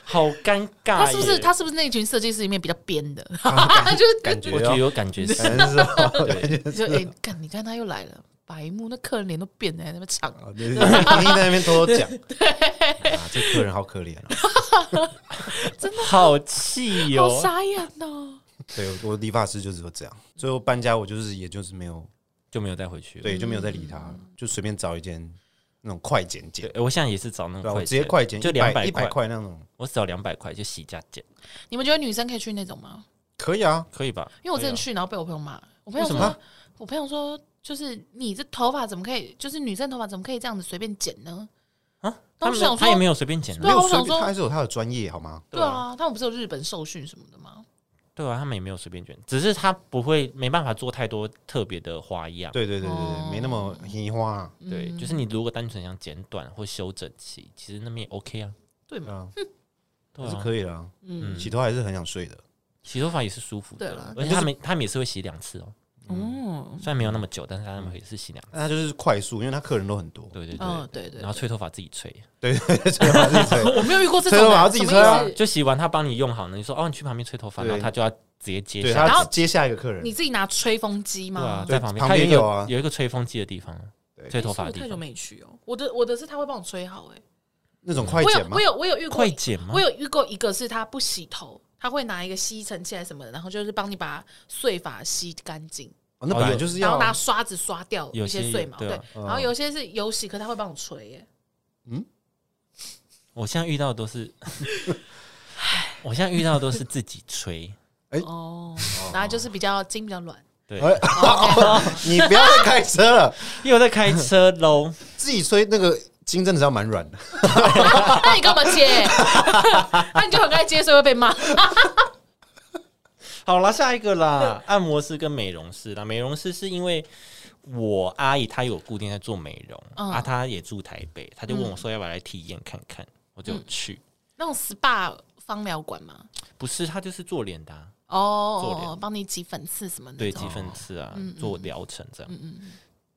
Speaker 2: 好尴尬。
Speaker 1: 他是不是他？是不是那群设计师里面比较编的？
Speaker 3: 啊
Speaker 1: 就是
Speaker 3: 感觉
Speaker 2: 我觉
Speaker 3: 感觉
Speaker 2: 得
Speaker 3: 哦
Speaker 2: 有感 觉是
Speaker 3: 感觉是哦感觉
Speaker 1: 就哎，看、你看他又来了，白目，那客人脸都变了，还在那边唱。
Speaker 3: 哦对对对你在那边 偷偷讲，啊，这客人好可怜哦。
Speaker 2: 好气
Speaker 1: 好
Speaker 2: 哦，
Speaker 1: 傻眼哦！
Speaker 3: 对，我我理发师就是这样，最后搬家我就是也就是没有，
Speaker 2: 就没有再回去了。
Speaker 3: 对，就没有再理他了，
Speaker 1: 嗯
Speaker 3: 就随便找一间那种快剪
Speaker 2: 对
Speaker 3: 剪，，
Speaker 2: 我现在也是找那
Speaker 3: 对
Speaker 2: 种
Speaker 3: 啊，我
Speaker 2: 快
Speaker 3: 直接快剪
Speaker 2: 就
Speaker 3: 一
Speaker 2: 两
Speaker 3: 百一
Speaker 2: 块
Speaker 3: 百，块那种，
Speaker 2: 我只要两百块就洗加剪，
Speaker 1: 你们觉得女生可以去那种吗？
Speaker 3: 可以啊，
Speaker 2: 可以吧？
Speaker 1: 因为我之前
Speaker 2: 可以
Speaker 1: 去，然后被我朋友骂。我朋友
Speaker 2: 为什
Speaker 1: 说
Speaker 2: 么，
Speaker 1: 我朋友说，就是你这头发怎么可以，就是女生头发怎么可以这样子随便剪呢？
Speaker 2: 啊，
Speaker 1: 那
Speaker 2: 他
Speaker 1: 我想
Speaker 2: 们
Speaker 1: 说
Speaker 2: 他也没有随便剪
Speaker 1: 对
Speaker 2: 啊，
Speaker 1: 啊
Speaker 3: 没有
Speaker 1: 我想
Speaker 3: 随便
Speaker 1: 说
Speaker 3: 他还是有他的专业好吗？
Speaker 1: 对啊，他们不是有日本受训什么的吗？
Speaker 2: 对啊，他们也没有随便卷，只是他不会没办法做太多特别的花样。
Speaker 3: 对对对对
Speaker 1: 哦
Speaker 3: 对，没那么移花啊，
Speaker 2: 对，就是
Speaker 1: 嗯
Speaker 2: 你如果单纯想剪短或修整齐，其实那边也 OK 啊。
Speaker 1: 对
Speaker 3: 对
Speaker 1: 嘛？
Speaker 3: 啊，
Speaker 2: 对
Speaker 3: 还是
Speaker 2: 啊，
Speaker 3: 可以的啊。
Speaker 1: 嗯
Speaker 3: 洗头还是很想睡的，
Speaker 2: 洗头发也是舒服
Speaker 1: 对
Speaker 2: 的
Speaker 1: 啦，
Speaker 2: 而且他们他们也是会洗两次哦，
Speaker 1: 哦，
Speaker 2: 虽然没有那么久，但是
Speaker 3: 嗯
Speaker 2: 他们也是洗两次。
Speaker 3: 那他就是快速，因为他客人都很多，
Speaker 2: 对对
Speaker 1: 嗯，
Speaker 2: 对，
Speaker 1: 对对
Speaker 2: 然，后吹头发自己吹，
Speaker 3: 吹头发自己吹，
Speaker 1: 我没有遇过这种
Speaker 3: 吹头发
Speaker 1: 的，
Speaker 3: 要自己
Speaker 1: 什么
Speaker 3: 吹啊
Speaker 1: 意思
Speaker 2: 就洗完他帮你用好呢，你说哦你去旁边吹头发，
Speaker 3: 对
Speaker 2: 然后他就要直接接
Speaker 3: 对
Speaker 2: 下来。
Speaker 1: 然
Speaker 3: 他
Speaker 1: 后
Speaker 3: 只接下一个客人
Speaker 1: 你，自己拿吹风机
Speaker 2: 对啊
Speaker 1: 吗，？
Speaker 3: 对
Speaker 2: 在旁边
Speaker 3: 旁
Speaker 2: 他有一个
Speaker 3: 边有啊
Speaker 2: 有一个吹风机的地方，
Speaker 3: 对
Speaker 2: 吹头发
Speaker 1: 是
Speaker 2: 的
Speaker 1: 不是
Speaker 2: 地
Speaker 1: 太久
Speaker 2: 方。
Speaker 1: 没去哦，我的我的是他会帮我吹好哎，
Speaker 3: 那种快
Speaker 1: 我
Speaker 3: 剪
Speaker 1: 有
Speaker 3: 吗
Speaker 1: 我？有我有遇过
Speaker 2: 快，剪吗
Speaker 1: 我？有遇过一个是他不洗头，他会拿一个吸尘器还是什么的，然后就是帮你把碎发吸干净，
Speaker 3: 哦那本来就是
Speaker 1: 然
Speaker 3: 要
Speaker 1: 后拿
Speaker 3: 啊
Speaker 1: 刷子刷掉
Speaker 2: 有
Speaker 1: 一些
Speaker 2: 些
Speaker 1: 碎
Speaker 2: 有
Speaker 1: 毛，
Speaker 2: 对
Speaker 1: 对
Speaker 2: 啊，
Speaker 1: 然后有些是有洗，可他会帮我吹哎，
Speaker 2: 我现在遇到的都 是，我现在遇到的都是自己吹。
Speaker 1: 哦，然后就是比较筋比较软，哦
Speaker 2: 对，
Speaker 3: 哎你不要再开车了，
Speaker 2: 因为我在开车喽，
Speaker 3: 自己吹那个筋真的是要蛮软的。
Speaker 1: 哎那你干嘛接？那你就很爱接，所以会被骂。
Speaker 2: 好啦，下一个啦，按摩师跟美容师啦。美容师是因为我阿姨她有固定在做美容，
Speaker 1: 嗯
Speaker 2: 啊，她也住台北，她就问我说要不要来体验看看，我就去。
Speaker 1: 那种 SPA 芳疗馆吗？
Speaker 2: 不是，她就是做脸的、啊，做
Speaker 1: 哦，
Speaker 2: 脸
Speaker 1: 帮你挤粉刺什么的。
Speaker 2: 对，积分次
Speaker 1: 哦
Speaker 2: 啊，
Speaker 1: 嗯
Speaker 2: 做疗程这样。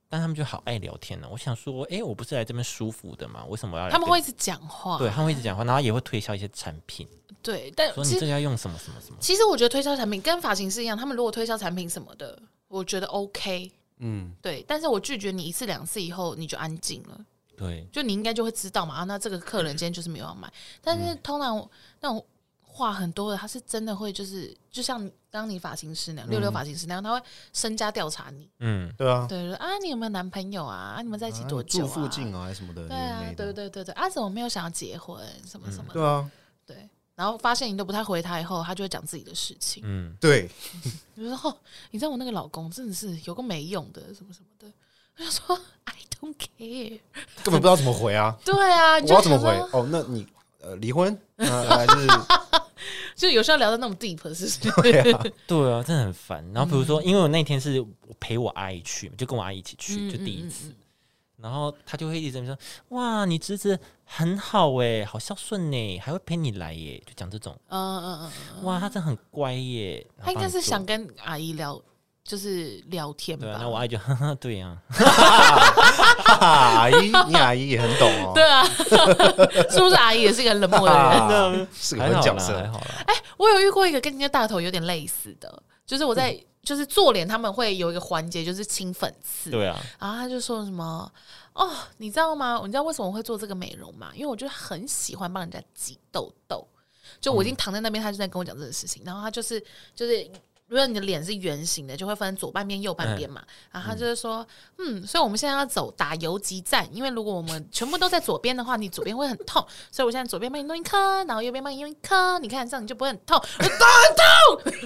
Speaker 2: 但他们就好爱聊天呢、我想说，哎、我不是来这边舒服的嘛，为什么要来
Speaker 1: 他们
Speaker 2: 跟
Speaker 1: 会一直讲话。
Speaker 2: 对，他们会一直讲话，然后也会推销一些产品，
Speaker 1: 对，但
Speaker 2: 说你
Speaker 1: 其
Speaker 2: 这
Speaker 1: 实
Speaker 2: 个要用什么什么什么。
Speaker 1: 其实我觉得推销产品跟发型师一样，他们如果推销产品什么的，我觉得 OK。
Speaker 3: 嗯，
Speaker 1: 对，但是我拒绝你一次两次以后，你就安静了，
Speaker 2: 对，
Speaker 1: 就你应该就会知道嘛。啊，那这个客人今天就是没有要买。但是通常我那种话很多的，他是真的会就是，就像刚刚你发型
Speaker 3: 嗯
Speaker 1: 师那样，六六发型师那样，他会身家调查你。
Speaker 2: 嗯，
Speaker 3: 对啊，
Speaker 1: 对，就说啊，你有没有男朋友啊？啊，你们在一起多
Speaker 3: 啊
Speaker 1: 久、啊？
Speaker 3: 住附近啊，还是什么的？
Speaker 1: 对啊，对
Speaker 3: 对
Speaker 1: 对对对，啊，怎么没有想要结婚什么什么的？
Speaker 3: 对啊，
Speaker 1: 对，然后发现你都不太回他以后，他就会讲自己的事情，
Speaker 2: 嗯，
Speaker 3: 对，
Speaker 1: 比如说哦，你知道我那个老公真的是有个没用的什么什么的， 我就说 I don't care。！
Speaker 3: 根本不知道怎么回啊
Speaker 1: 对啊，你
Speaker 3: 我
Speaker 1: 就
Speaker 3: 要怎么
Speaker 1: 想
Speaker 3: 回
Speaker 1: 说？
Speaker 3: 哦，那你呃离婚？呃还 是
Speaker 1: 就有时候聊到那种 deep 是不 是？
Speaker 2: 对啊，真的很烦。然后比如
Speaker 1: 嗯
Speaker 2: 说，因为我那天是我陪我阿姨去，就跟我阿姨一起去，
Speaker 1: 嗯
Speaker 2: 就第一次。然后她就会一直在那边说：“哇，你侄子很好哎，好孝顺哎，还会陪你来耶。”就讲这种，
Speaker 1: 嗯嗯嗯嗯，
Speaker 2: 哇，他真的很乖耶。然
Speaker 1: 他
Speaker 2: 后
Speaker 1: 应该是想
Speaker 2: 帮
Speaker 1: 跟阿姨聊，就是聊天
Speaker 2: 你做对啊，那
Speaker 1: 吧
Speaker 2: 我。阿姨就呵呵，对啊，
Speaker 3: 阿姨，你阿姨也很懂 哦。
Speaker 1: 对 啊，是不是阿姨也是一个很冷漠的人？
Speaker 3: 啊是个
Speaker 2: 还
Speaker 3: 狠
Speaker 2: 好
Speaker 3: 角
Speaker 2: 啦，还
Speaker 3: 色，
Speaker 2: 好啦。
Speaker 1: 哎，我有遇过一个跟你的大头有点类似的，就是我在、
Speaker 3: 嗯
Speaker 1: 就是做脸，他们会有一个环节就是清粉刺，
Speaker 2: 对啊，
Speaker 1: 然后他就说什么哦，你知道吗？你知道为什么我会做这个美容吗？因为我就很喜欢帮人家挤痘痘。就我已经躺在那边，他就在跟我讲这个事情，然后他就是就是，如果你的脸是圆形的，就会分左半边、右半边嘛。然后他就是说，嗯，所以我们现在要走打游击战，因为如果我们全部都在左边的话，你左边会很痛，所以我现在左边帮你弄一颗，然后右边帮你弄一颗，你看这样你就不会很痛。我说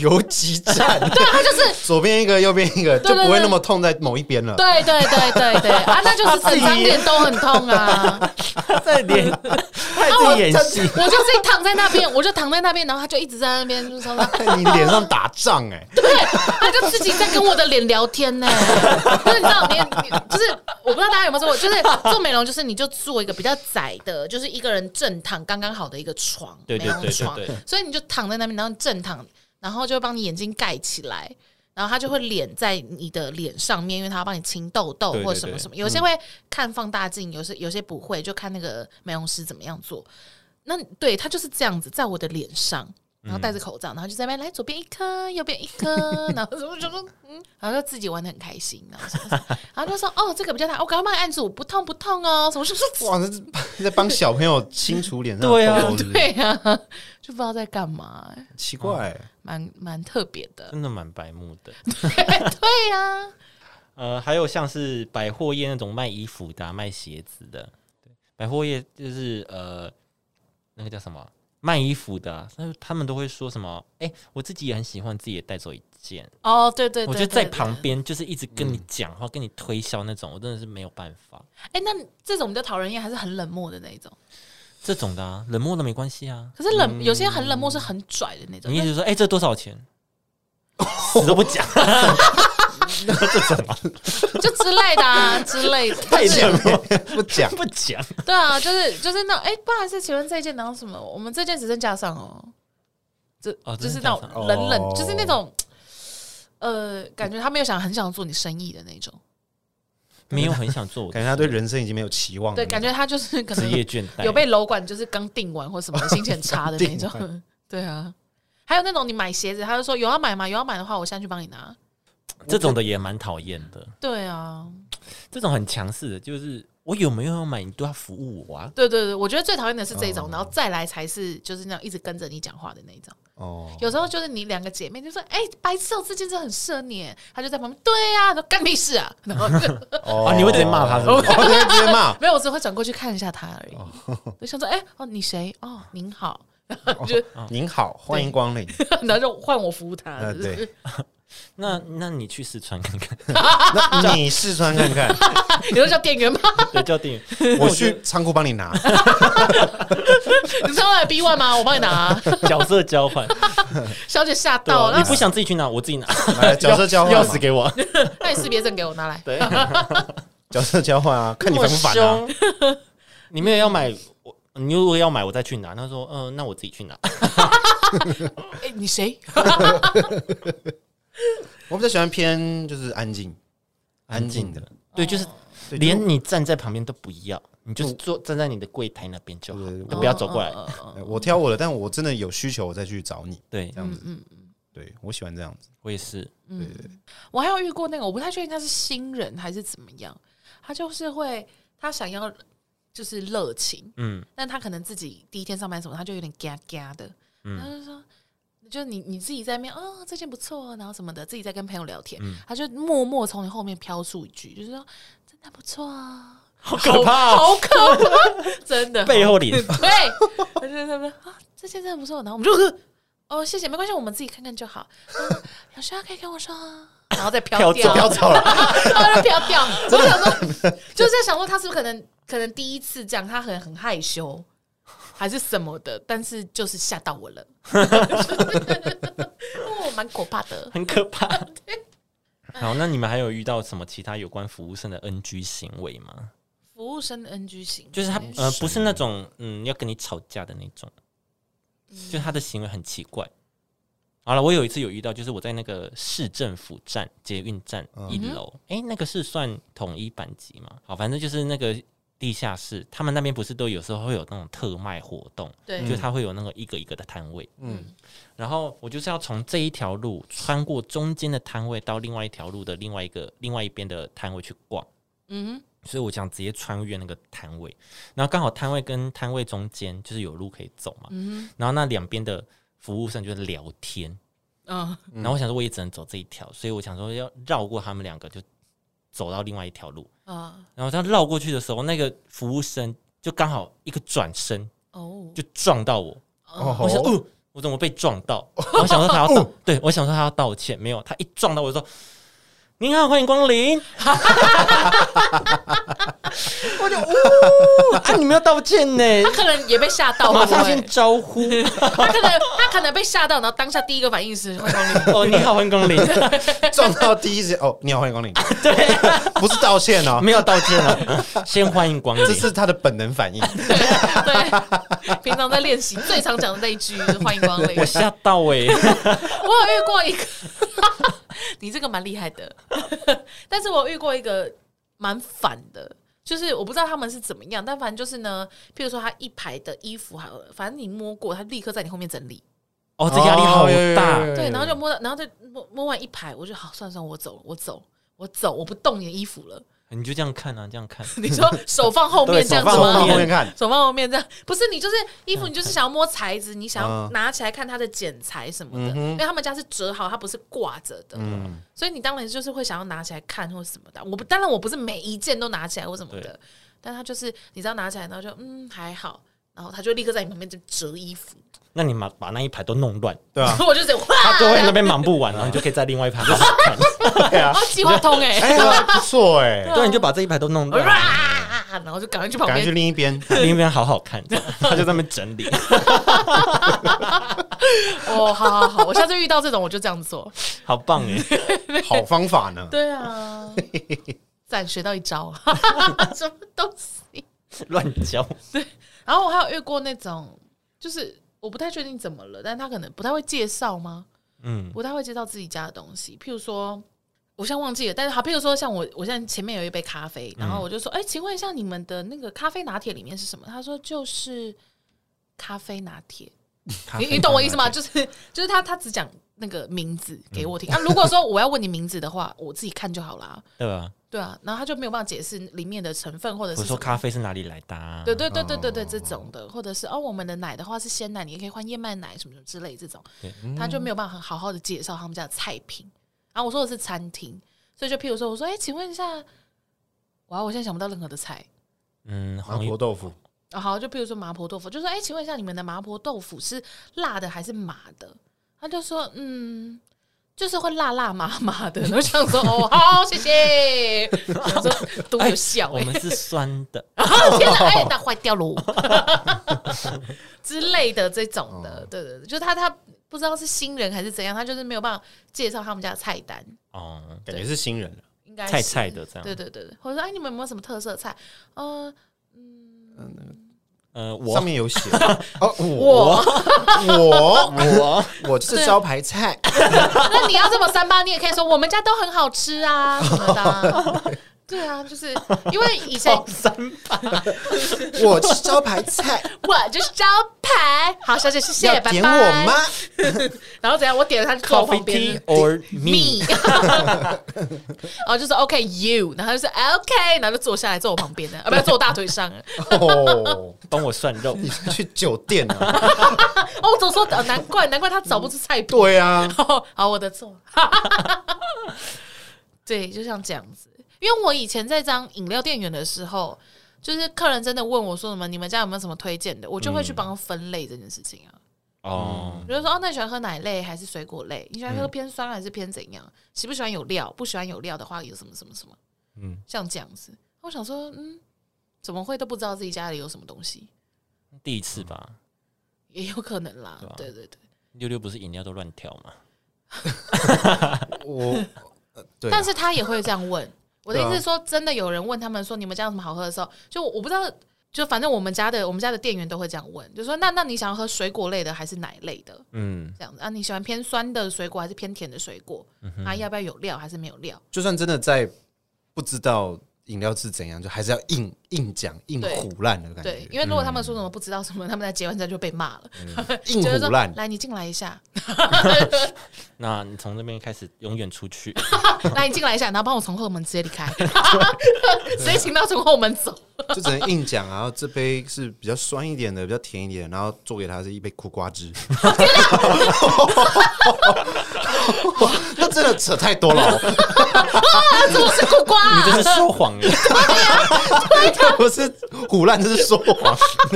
Speaker 3: 游击战，
Speaker 1: 对，他就是
Speaker 3: 左边一个，右边一个，就
Speaker 1: 对对
Speaker 3: 不会
Speaker 1: 对
Speaker 3: 那么痛在某一边了。
Speaker 1: 对对对对对啊，那就是整张脸都很痛啊。
Speaker 2: 他在演， 他还在演戏，
Speaker 1: 我就自己躺在那边，我就躺在那边，然后他就一直在那边，就是说，
Speaker 3: 你脸上打仗 哎，
Speaker 1: 对，他就自己在跟我的脸聊天呢、 就是你知道，你你就是我不知道大家有没有做过，就是做美容，就是你就做一个比较窄的，就是一个人正躺刚刚好的一个床，
Speaker 2: 对对
Speaker 1: 美
Speaker 2: 对
Speaker 1: 容
Speaker 2: 对
Speaker 1: 床
Speaker 2: 对，
Speaker 1: 所以你就躺在那边，然后正躺，然后就会帮你眼睛盖起来。然后他就会脸在你的脸上面，因为他要帮你清痘痘
Speaker 2: 对对嗯
Speaker 1: 或什么什么。有些会看放大镜，有些有些不会，就看那个美容师怎么样做。那对他就是这样子，在我的脸上，然后
Speaker 2: 嗯
Speaker 1: 戴着口罩，然后就在那边来左边一颗，右边一颗，然后我就说嗯，然后就自己玩的很开心，然后什么什么然后就说哦这个比较大，我赶快帮你按住，不痛不痛哦，什么什么什么，
Speaker 3: 哇，这是在帮小朋友清除脸上
Speaker 2: 对啊
Speaker 3: 的痘痘，是不是
Speaker 1: 对呀、啊，就不知道在干嘛、欸
Speaker 3: 奇怪欸，
Speaker 1: 蛮蛮特别的，
Speaker 2: 真的蛮白目的。
Speaker 1: 对啊呀、
Speaker 2: 呃，还有像是百货业那种卖衣服的啊、卖鞋子的，对，百货业就是呃，那个叫什么卖衣服的啊，那他们都会说什么？哎、我自己也很喜欢，自己也带走一件。
Speaker 1: 哦对对对，
Speaker 2: 我觉得在
Speaker 1: 对对
Speaker 2: 旁边就是一直跟
Speaker 3: 嗯
Speaker 2: 你讲话、跟你推销那种，我真的是没有办法。
Speaker 1: 哎、那这种比较讨人厌，还是很冷漠的那一种。
Speaker 2: 这种的啊，冷漠的没关系啊。
Speaker 1: 可是冷，有些很冷漠是很拽的那种。
Speaker 2: 你一
Speaker 1: 那
Speaker 2: 直说，哎、这多少钱？死都不讲，
Speaker 1: 就之类的啊之类的，
Speaker 2: 太
Speaker 1: 就是
Speaker 2: 冷漠，
Speaker 3: 不讲
Speaker 2: 不 讲。
Speaker 1: 对啊，就是就是那种哎、不好意思，请问这一件然后什么？我们这件只剩加上哦，这
Speaker 2: 哦
Speaker 1: 就
Speaker 2: 只
Speaker 1: 是
Speaker 2: 剩
Speaker 1: 那
Speaker 2: 架上
Speaker 1: 种冷冷，
Speaker 3: 哦
Speaker 1: 就是那种呃，感觉他没有想很想做你生意的那种，
Speaker 2: 没有很想做我的
Speaker 3: 感觉他对人生已经没有期望了
Speaker 1: 对，
Speaker 3: 那种。
Speaker 1: 感觉他就是可
Speaker 2: 哦职业
Speaker 1: 能
Speaker 2: 倦怠，
Speaker 1: 有被楼管就是刚定完或什么，心情很差的那
Speaker 3: 刚定
Speaker 1: 种，对啊。还有那种你买鞋子，他就说有要啊买吗？有要买的话，我现在去帮你拿。
Speaker 2: 啊这种的也蛮讨厌的。
Speaker 1: 对啊，
Speaker 2: 这种很强势的，就是我有没有要买，你都要服务我啊。
Speaker 1: 对对对，我觉得最讨厌的是这
Speaker 2: 哦
Speaker 1: 种，然后再来才是就是那种一直跟着你讲话的那一种。
Speaker 3: 哦，
Speaker 1: 有时候就是你两个姐妹就说：“哎、白痴哦，这件真的很适合你。”她就在旁边，对呀、啊，说干屁事啊！ 然后就。
Speaker 3: 哦
Speaker 2: 啊你会直接骂他是
Speaker 3: 我
Speaker 2: 不
Speaker 3: 会
Speaker 2: 是
Speaker 3: 直接骂
Speaker 1: 没有，我只会转过去看一下她而已。就想说：“哎、哦，你谁？哦，您好。”然后就，
Speaker 2: 哦
Speaker 3: 您好，欢迎光 临。
Speaker 1: 然后就换我服务她。
Speaker 2: 啊
Speaker 3: 呃，
Speaker 1: 就是
Speaker 3: 对，
Speaker 2: 那那你去试穿看 看，
Speaker 3: 那你试穿看看，
Speaker 1: 你说叫店员吗？
Speaker 2: 对，叫店员，
Speaker 3: 我去仓库帮你拿。
Speaker 1: 你知道来 B one 吗？我帮你拿、
Speaker 2: 角色交换，
Speaker 1: 小姐吓
Speaker 2: 对
Speaker 1: 到，
Speaker 2: 啊，
Speaker 1: 那
Speaker 2: 你不想自己去拿，我自己拿，
Speaker 3: 来角色交换嘛
Speaker 2: 钥匙给 我，
Speaker 1: 那你识别证给我拿来。
Speaker 2: 对，
Speaker 3: 角色交换啊，看你烦不烦啊？
Speaker 2: 那么凶？你没有要买，我你如果要买，我再去拿。他说，嗯、那我自己去拿。
Speaker 1: 哎、你谁？
Speaker 3: 我比较喜欢偏就是安静，安静的，
Speaker 2: 对，就是
Speaker 3: 对嗯
Speaker 2: 连你站在旁边都不要，你就是坐站在你的柜台那边就好
Speaker 3: 对对，
Speaker 2: 都不要走过来。
Speaker 1: 嗯嗯嗯嗯
Speaker 3: 呃我挑我的，但我真的有需求我再去找你，
Speaker 2: 对
Speaker 3: 这样子。对我喜欢这样子。
Speaker 2: 我也是，
Speaker 1: 我还有遇过那个，我不太确定他是新人还是怎么样，他就是会他想要就是热情，
Speaker 2: 嗯，
Speaker 1: 但他可能自己第一天上班什么，他就有点嘎嘎的，
Speaker 2: 嗯
Speaker 1: 他就说。就是你你自己在面哦，这件不错哦，然后什么的，自己在跟朋友聊天，
Speaker 2: 嗯
Speaker 1: 他就默默从你后面飘出一句，就是说真的不错啊，
Speaker 2: 好可怕哦，
Speaker 1: 好可怕，真的
Speaker 2: 背后脸
Speaker 1: 对，我就在那边啊，这件真的不错，然后我们就呃哦，谢谢，没关系，我们自己看看就好。啊有需要可以跟我说啊，然后再飘掉，
Speaker 2: 飘走
Speaker 3: 不要
Speaker 1: 然
Speaker 3: 吵了，
Speaker 1: 后就飘掉。我想说，就是在想说他是不是可能可能第一次这样，他很很害羞还是什么的，但是就是吓到我了，哦，蛮可怕的。
Speaker 2: 很可怕。好，那你们还有遇到什么其他有关服务生的 NG 行为吗？
Speaker 1: 服务生的 NG 型
Speaker 2: 就是他呃，不是那种嗯要跟你吵架的那种，就是他的行为很奇怪。好了，我有一次有遇到，就是我在那个市政府站捷运站
Speaker 1: 嗯
Speaker 2: 一楼，诶，那个是算统一版级嘛？好，反正就是那个地下室，他们那边不是都有时候会有那种特卖活动，
Speaker 1: 对，
Speaker 2: 就它会有那个一个一个的摊位，
Speaker 1: 嗯，
Speaker 2: 然后我就是要从这一条路穿过中间的摊位到另外一条路的另外一个另外一边的摊位去逛，
Speaker 1: 嗯
Speaker 2: 所以我想直接穿越那个摊位，然后刚好摊位跟摊位中间就是有路可以走嘛，
Speaker 1: 嗯
Speaker 2: 然后那两边的服务生就在聊天，
Speaker 1: 哼嗯，
Speaker 2: 然后我想说我也只能走这一条，所以我想说要绕过他们两个就走到另外一条路，
Speaker 1: 啊
Speaker 2: 然后他绕过去的时候，那个服务生就刚好一个转身
Speaker 1: 哦，
Speaker 2: 就撞到我，
Speaker 1: 哦
Speaker 2: 我想，哦、我怎么被撞到？ 我想说他要道，对我想说他要道歉，没有，他一撞到我就说：“您好，欢迎光临。” 我就呜、啊，你们要道歉呢，
Speaker 1: 他可能也被吓到，
Speaker 2: 马
Speaker 1: 会不
Speaker 2: 上哦先
Speaker 1: 会？
Speaker 2: 招呼
Speaker 1: 他可能他可能被吓到，然后当下第一个反应是会帮你
Speaker 2: 哦，你好，欢迎光 临，
Speaker 3: 撞到第一时间哦，你好，欢 迎光临。对， 不是道歉哦，
Speaker 2: 没有道歉了，先欢迎光临
Speaker 3: 这。是他的本能反应。
Speaker 1: 对，平常在练习最常讲的那一句就是“欢迎光临”。
Speaker 2: 我吓到 哎、
Speaker 1: 我有遇过一个， 你这个蛮厉害的，但是我有遇过一个蛮反的，就是我不知道他们是怎么样，但反正就是呢，譬如说他一排的衣服好了，反正你摸过，他立刻在你后面整理，
Speaker 2: 哦， 这压力好大。
Speaker 3: 哦有有有有有
Speaker 1: 对，然后就摸到，然后就摸摸完一排，我就好，算了算了，我走，我走。我走，我不动你的衣服了。
Speaker 2: 你就这样看啊，这样看，
Speaker 1: 你说手放后
Speaker 2: 对
Speaker 1: 面这样子
Speaker 2: 手
Speaker 3: 往
Speaker 1: 吗
Speaker 2: 放？
Speaker 3: 后面看，
Speaker 1: 手放后面这样，不是你就是衣服，你就是想要摸材质，你想要
Speaker 3: 嗯
Speaker 1: 拿起来看它的剪裁什么的，因为他们家是折好，它不是挂着的，
Speaker 3: 嗯
Speaker 1: 所以你当然就是会想要拿起来看或什么的。我不，当然我不是每一件都拿起来或什么的，但他就是你知道拿起来，然后就嗯还好，然后他就立刻在你旁边就折衣服，
Speaker 2: 那你把把那一排都弄乱，
Speaker 3: 对啊，
Speaker 1: 我就直接哇，
Speaker 2: 他就会那边忙不完，然后啊你就可以在另外一 排好好看。
Speaker 3: 对啊
Speaker 1: 然，后计划通哎、
Speaker 3: 哎，不错哎，
Speaker 1: 啊
Speaker 2: 对，你就把这一排都弄乱，
Speaker 1: 哇，然后就赶快去旁
Speaker 3: 赶快去
Speaker 1: 边，
Speaker 3: 另一边。
Speaker 2: 另一边好好看，他就在那边整 理。
Speaker 1: 哦，好好好，我下次遇到这种我就这样做，
Speaker 2: 好棒哎！
Speaker 3: 好方法呢。
Speaker 1: 对啊，赞学到一招，什么东西？
Speaker 2: 乱教，
Speaker 1: 然后我还有遇过那种，就是我不太确定怎么了，但他可能不太会介绍吗？
Speaker 2: 嗯，
Speaker 1: 不太会介绍自己家的东西，譬如说。我现在忘记了，但是好，譬如说像我，我现在前面有一杯咖啡，然后我就说，哎、请问一下你们的那个咖啡拿铁里面是什么？他说就是咖啡拿铁，你你懂我意思吗？？就是就是他他只讲那个名字给我听、啊。如果说我要问你名字的话，我自己看就好啦。
Speaker 2: 对吧？
Speaker 1: 对啊，然后他就没有办法解释里面的成分或者
Speaker 2: 我
Speaker 1: 是
Speaker 2: 说
Speaker 1: 什么
Speaker 2: 咖啡是哪里来的啊？
Speaker 1: 对对对对对对，
Speaker 3: 哦
Speaker 1: 这种
Speaker 2: 嗯
Speaker 1: 的，或者是哦，我们的奶的话是鲜奶，你也可以换燕麦奶什么什么之类这种
Speaker 2: 对，嗯
Speaker 1: 他就没有办法好好的介绍他们家的菜品。然后我说的是餐厅，所以就譬如说，我说哎、请问一下，哇，我现在想不到任何的菜。
Speaker 2: 嗯，
Speaker 3: 麻
Speaker 2: 黄
Speaker 3: 婆
Speaker 2: 油
Speaker 3: 豆腐，
Speaker 1: 哦、好，就譬如说麻婆豆腐，就说哎、请问一下，你们的麻婆豆腐是辣的还是麻的？他就说嗯。就是会辣辣麻麻的， 我想说哦，好，谢谢。 想说都有笑、欸，
Speaker 2: 哎我们是酸 的，
Speaker 1: 啊！天哪，哎，那坏掉喽之类的这种
Speaker 2: 哦
Speaker 1: 的，对对对，就是他他不知道是新人还是怎样，他就是没有办法介绍他们家的菜单，
Speaker 2: 哦，
Speaker 3: 感觉是新人了。
Speaker 1: 应该是
Speaker 2: 菜菜的这
Speaker 1: 对
Speaker 2: 样。
Speaker 1: 对对对，或者说哎，你们有没有什么特色菜？呃，
Speaker 2: 呃，
Speaker 3: 上
Speaker 2: 我
Speaker 3: 面 有写哦，我
Speaker 1: 我
Speaker 3: 我
Speaker 2: 我
Speaker 3: 我就是招牌菜，
Speaker 1: 那你要这么三八，你也可以说我们家都很好吃啊什么的啊。 对啊，就是因为以前
Speaker 2: 三
Speaker 3: 我是招牌菜，
Speaker 1: 我就是招牌，好小姐谢 谢，
Speaker 3: 要
Speaker 1: 拜
Speaker 3: 点我吗
Speaker 1: 拜。？然后怎样？我点了他就坐我
Speaker 2: coffee
Speaker 1: 旁
Speaker 2: tea
Speaker 1: 边。
Speaker 2: or
Speaker 1: me，
Speaker 2: me，
Speaker 1: 然后就说 OK you，然后就说 OK，然后就坐下来坐我旁边的，啊，不要坐我大腿上。
Speaker 3: 哦，
Speaker 2: 帮我涮肉。
Speaker 1: 嗯
Speaker 3: 你是去酒店 啊？
Speaker 1: 哦，我总说哦难怪难怪他找不出菜谱。
Speaker 3: 对啊，
Speaker 1: 好，我的错。 对，就像这样子，因为我以前在当饮料店员的时候，就是客人真的问我说什么，你们家有没有什么推荐的，我就会去帮他分类这件事情啊。
Speaker 2: 哦，
Speaker 1: 比如说，哦，那你喜欢喝奶类还是水果类？你喜欢喝偏酸还是偏怎样？喜不喜欢有料？不喜欢有料的话，有什么什么什么？嗯
Speaker 2: 嗯，
Speaker 1: 像这样子。我想说，嗯，怎么会都不知道自己家里有什么东西？
Speaker 2: 第一次吧，
Speaker 1: 也有可能啦
Speaker 2: 对啊。
Speaker 1: 对对对。
Speaker 2: 六六不是饮料都乱调嘛？
Speaker 3: 我呃对啊，
Speaker 1: 但 是他也会这样问。我的
Speaker 3: 对
Speaker 1: 意
Speaker 3: 啊
Speaker 1: 思是说，真的有人问他们说你们家有什么好喝的时候，就我不知道就反正我们家的我们家的店员都会这样问，就说那那你想要喝水果类的还是奶类的？
Speaker 2: 嗯，
Speaker 1: 这样子啊，你喜欢偏酸的水果还是偏甜的水果？
Speaker 3: 嗯
Speaker 1: 啊，要不要有料还是没有料？
Speaker 3: 就算真的在不知道饮料是怎样，就还是要硬硬讲、硬
Speaker 1: 对
Speaker 3: 唬烂的感
Speaker 1: 对
Speaker 3: 觉，，嗯
Speaker 1: 因为如果他们说什么不知道什么，他们在结完账就被骂了，
Speaker 3: 硬
Speaker 1: 就是
Speaker 3: 唬
Speaker 1: 说
Speaker 3: 烂。
Speaker 1: 来你进来一下，
Speaker 2: 那你从那边开始永远出 去，
Speaker 1: 来你进来一下，然后帮我从后门直接离开， 谁请到从后门走？
Speaker 3: 就只能硬讲啊。然后这杯是比较酸一点的，比较甜一点，然后做给他是一杯苦瓜汁。 那真的扯太多了哦，
Speaker 1: 啊，怎么是苦瓜啊、
Speaker 2: 你这是说谎 耶！
Speaker 3: 这不是胡乱，这是说谎。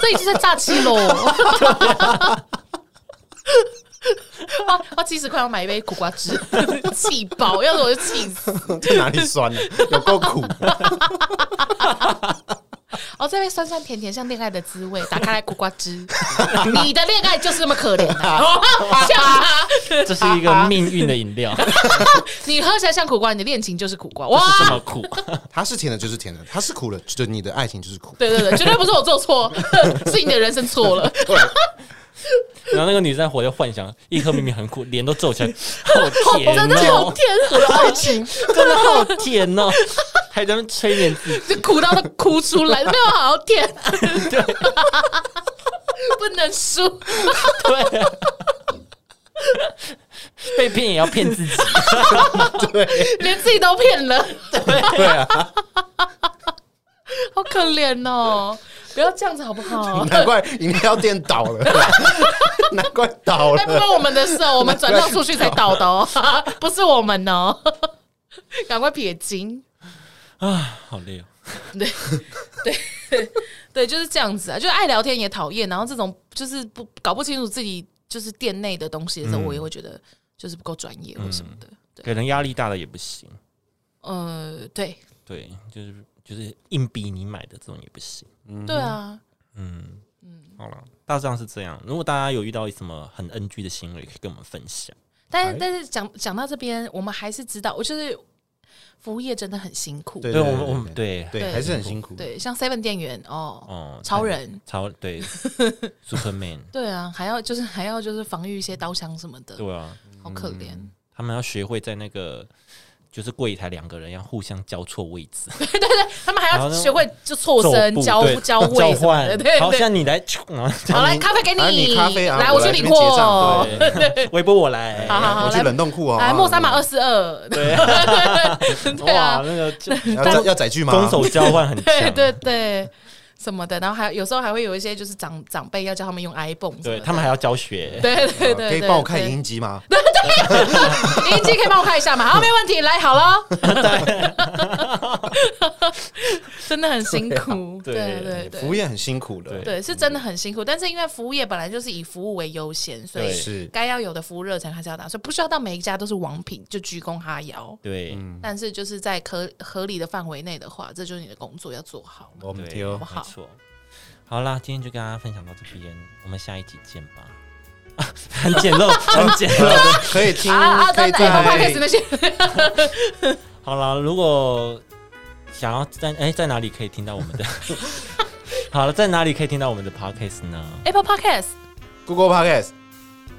Speaker 1: 这已经在炸鸡 喽！花花七十块，我买一杯苦瓜汁，气爆！要是我就气死。
Speaker 3: 这哪里酸了？有够苦。
Speaker 1: 哦，这杯酸酸甜甜，像恋爱的滋味。打开来苦瓜汁，你的恋爱就是那么可怜 啊！像 啊，
Speaker 2: 这是一个命运的饮料，就
Speaker 1: 你喝起来像苦瓜，你的恋情就是苦瓜。哇，
Speaker 2: 是这么苦。
Speaker 3: 它是甜的，就是甜的；它是苦的，就你的爱情就是苦。
Speaker 1: 对对对，绝对不是我做错， 是你的人生错了。
Speaker 2: 然后那个女生在活在幻想，一颗明明很苦，脸都皱起 来，好甜
Speaker 1: 真的好
Speaker 2: 哦，
Speaker 1: 甜，我的爱情
Speaker 2: 情真的好甜哦，还在那边催眠自 己。
Speaker 1: 就苦到都哭出来，没有啊好甜， 不能输。
Speaker 2: 对、 啊，被骗也要骗自己。
Speaker 1: 连自己都骗了，
Speaker 3: 对啊，
Speaker 1: 好可怜哦！不要这样子好不好？
Speaker 3: 难怪饮料店倒了， 难怪倒
Speaker 1: 哎那不关
Speaker 3: 了。
Speaker 1: 我们的事哦，我们转账出去才倒的哦，不是我们哦。赶快撇清，
Speaker 2: 好累哦，
Speaker 1: 对，就是这样子啊，就是爱聊天也讨厌，然后这种就是不搞不清楚自己就是店内的东西的时候，我也会觉得就是不够专业或什么的。对，
Speaker 2: 给人压力大了也不行。
Speaker 1: 呃，对，
Speaker 2: 对，就是就是硬逼你买的这种也不行。
Speaker 1: 对啊，
Speaker 2: 嗯嗯，好了，大致上是这样。如果大家有遇到什么很 NG 的行为，可以跟我们分享。
Speaker 3: 哎
Speaker 1: 但是但是讲讲到这边，我们还是知道，我就是服务业真的很辛苦。
Speaker 3: 对
Speaker 2: 对我们我们对
Speaker 3: 对，
Speaker 1: 对
Speaker 3: 还是很辛苦。
Speaker 1: 对，像 Seven 店员哦，
Speaker 2: 哦，
Speaker 1: 超人
Speaker 2: 超 对 Superman，
Speaker 1: 对啊，还要就是还要就是防御一些刀枪什么的，
Speaker 2: 对啊，
Speaker 1: 好可怜。
Speaker 3: 嗯
Speaker 2: 他们要学会在那个。就是柜台两个人要互相交错位 置，
Speaker 1: 对对对，他们还
Speaker 2: 然后
Speaker 1: 要
Speaker 2: 呢
Speaker 1: 学会就错身
Speaker 2: 走
Speaker 1: 交
Speaker 2: 步对
Speaker 1: 交
Speaker 2: 交
Speaker 1: 位什么的，
Speaker 2: 换。
Speaker 1: 对
Speaker 2: 好，
Speaker 1: 对。
Speaker 2: 像你来， 然后
Speaker 1: 好，来咖啡给
Speaker 3: 啊你咖啡啊
Speaker 1: 来
Speaker 3: 我
Speaker 1: 去
Speaker 3: 来这
Speaker 1: 领
Speaker 3: 边结账
Speaker 1: 货。
Speaker 3: 对
Speaker 2: 微波我来，
Speaker 1: 好好好，
Speaker 3: 我去
Speaker 1: 来
Speaker 3: 冷冻库哦。
Speaker 1: 来
Speaker 3: 啊
Speaker 1: 莫三码二四二，
Speaker 2: 对，
Speaker 1: 对
Speaker 2: 哇，
Speaker 1: 啊，
Speaker 2: 那个就
Speaker 3: 嗯要载要载具吗？啊
Speaker 2: 攻守交换很
Speaker 1: 对
Speaker 2: 强，
Speaker 1: 对 对，什么的。然后还有时候还会有一些就是长长辈要叫他们用 iPhone，什么
Speaker 2: 对
Speaker 1: 的
Speaker 2: 他们还要教学，
Speaker 1: 对对对对，
Speaker 3: 啊可以帮我看
Speaker 1: 对
Speaker 3: 影音机吗？
Speaker 1: 林机可以帮我看一下吗？ 好，没问题，来好了。真的很辛苦，
Speaker 2: 对
Speaker 1: 对
Speaker 2: 啊
Speaker 1: 对
Speaker 3: 服务
Speaker 1: 对
Speaker 3: 业很辛苦的，
Speaker 1: 对，是真的很辛苦。但是因为服务业本来就是以服务为优先，所
Speaker 2: 对
Speaker 1: 以
Speaker 3: 是
Speaker 1: 该要有的服务热忱还是要打，所以不需要到每一家都是王品就鞠躬哈腰。
Speaker 2: 对，
Speaker 3: 嗯
Speaker 1: 但是就是在可合理的范围内的话，这就是你的工作要做好。
Speaker 3: 我们哦
Speaker 2: 对，
Speaker 3: 丢
Speaker 2: 没
Speaker 1: 不好
Speaker 2: 错。好啦，今天就跟大家分享到这边，我们下一集见吧。 很简 陋，很简陋。
Speaker 3: 可以听
Speaker 1: 啊 啊，
Speaker 3: 可以
Speaker 1: 在 Apple Podcast
Speaker 3: 在
Speaker 1: 那些
Speaker 2: 好啦，如果想要在哎、在哪里可以听到我们的？ 好了，在哪里可以听到我们的 podcast 呢？
Speaker 1: Apple Podcast、
Speaker 3: Google Podcast、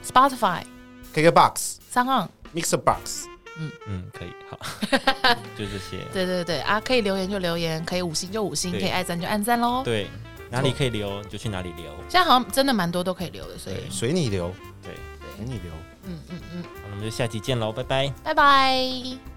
Speaker 1: Spotify、
Speaker 3: KKBox、
Speaker 1: s o n
Speaker 3: Mixer Box。
Speaker 2: 嗯，可以， 好，就这些。
Speaker 1: 对对对啊，可以留言就留言，可以五星就五星，
Speaker 2: 对
Speaker 1: 可以按赞就按赞喽。
Speaker 2: 对，哪里可以留就去哪里留。
Speaker 1: 现在好像真的蛮多都可以留的，所以
Speaker 3: 对，随你流，
Speaker 2: 对，
Speaker 3: 随你流。
Speaker 1: 嗯嗯嗯，
Speaker 2: 好，那我们就下集见喽，拜拜。
Speaker 1: 拜拜。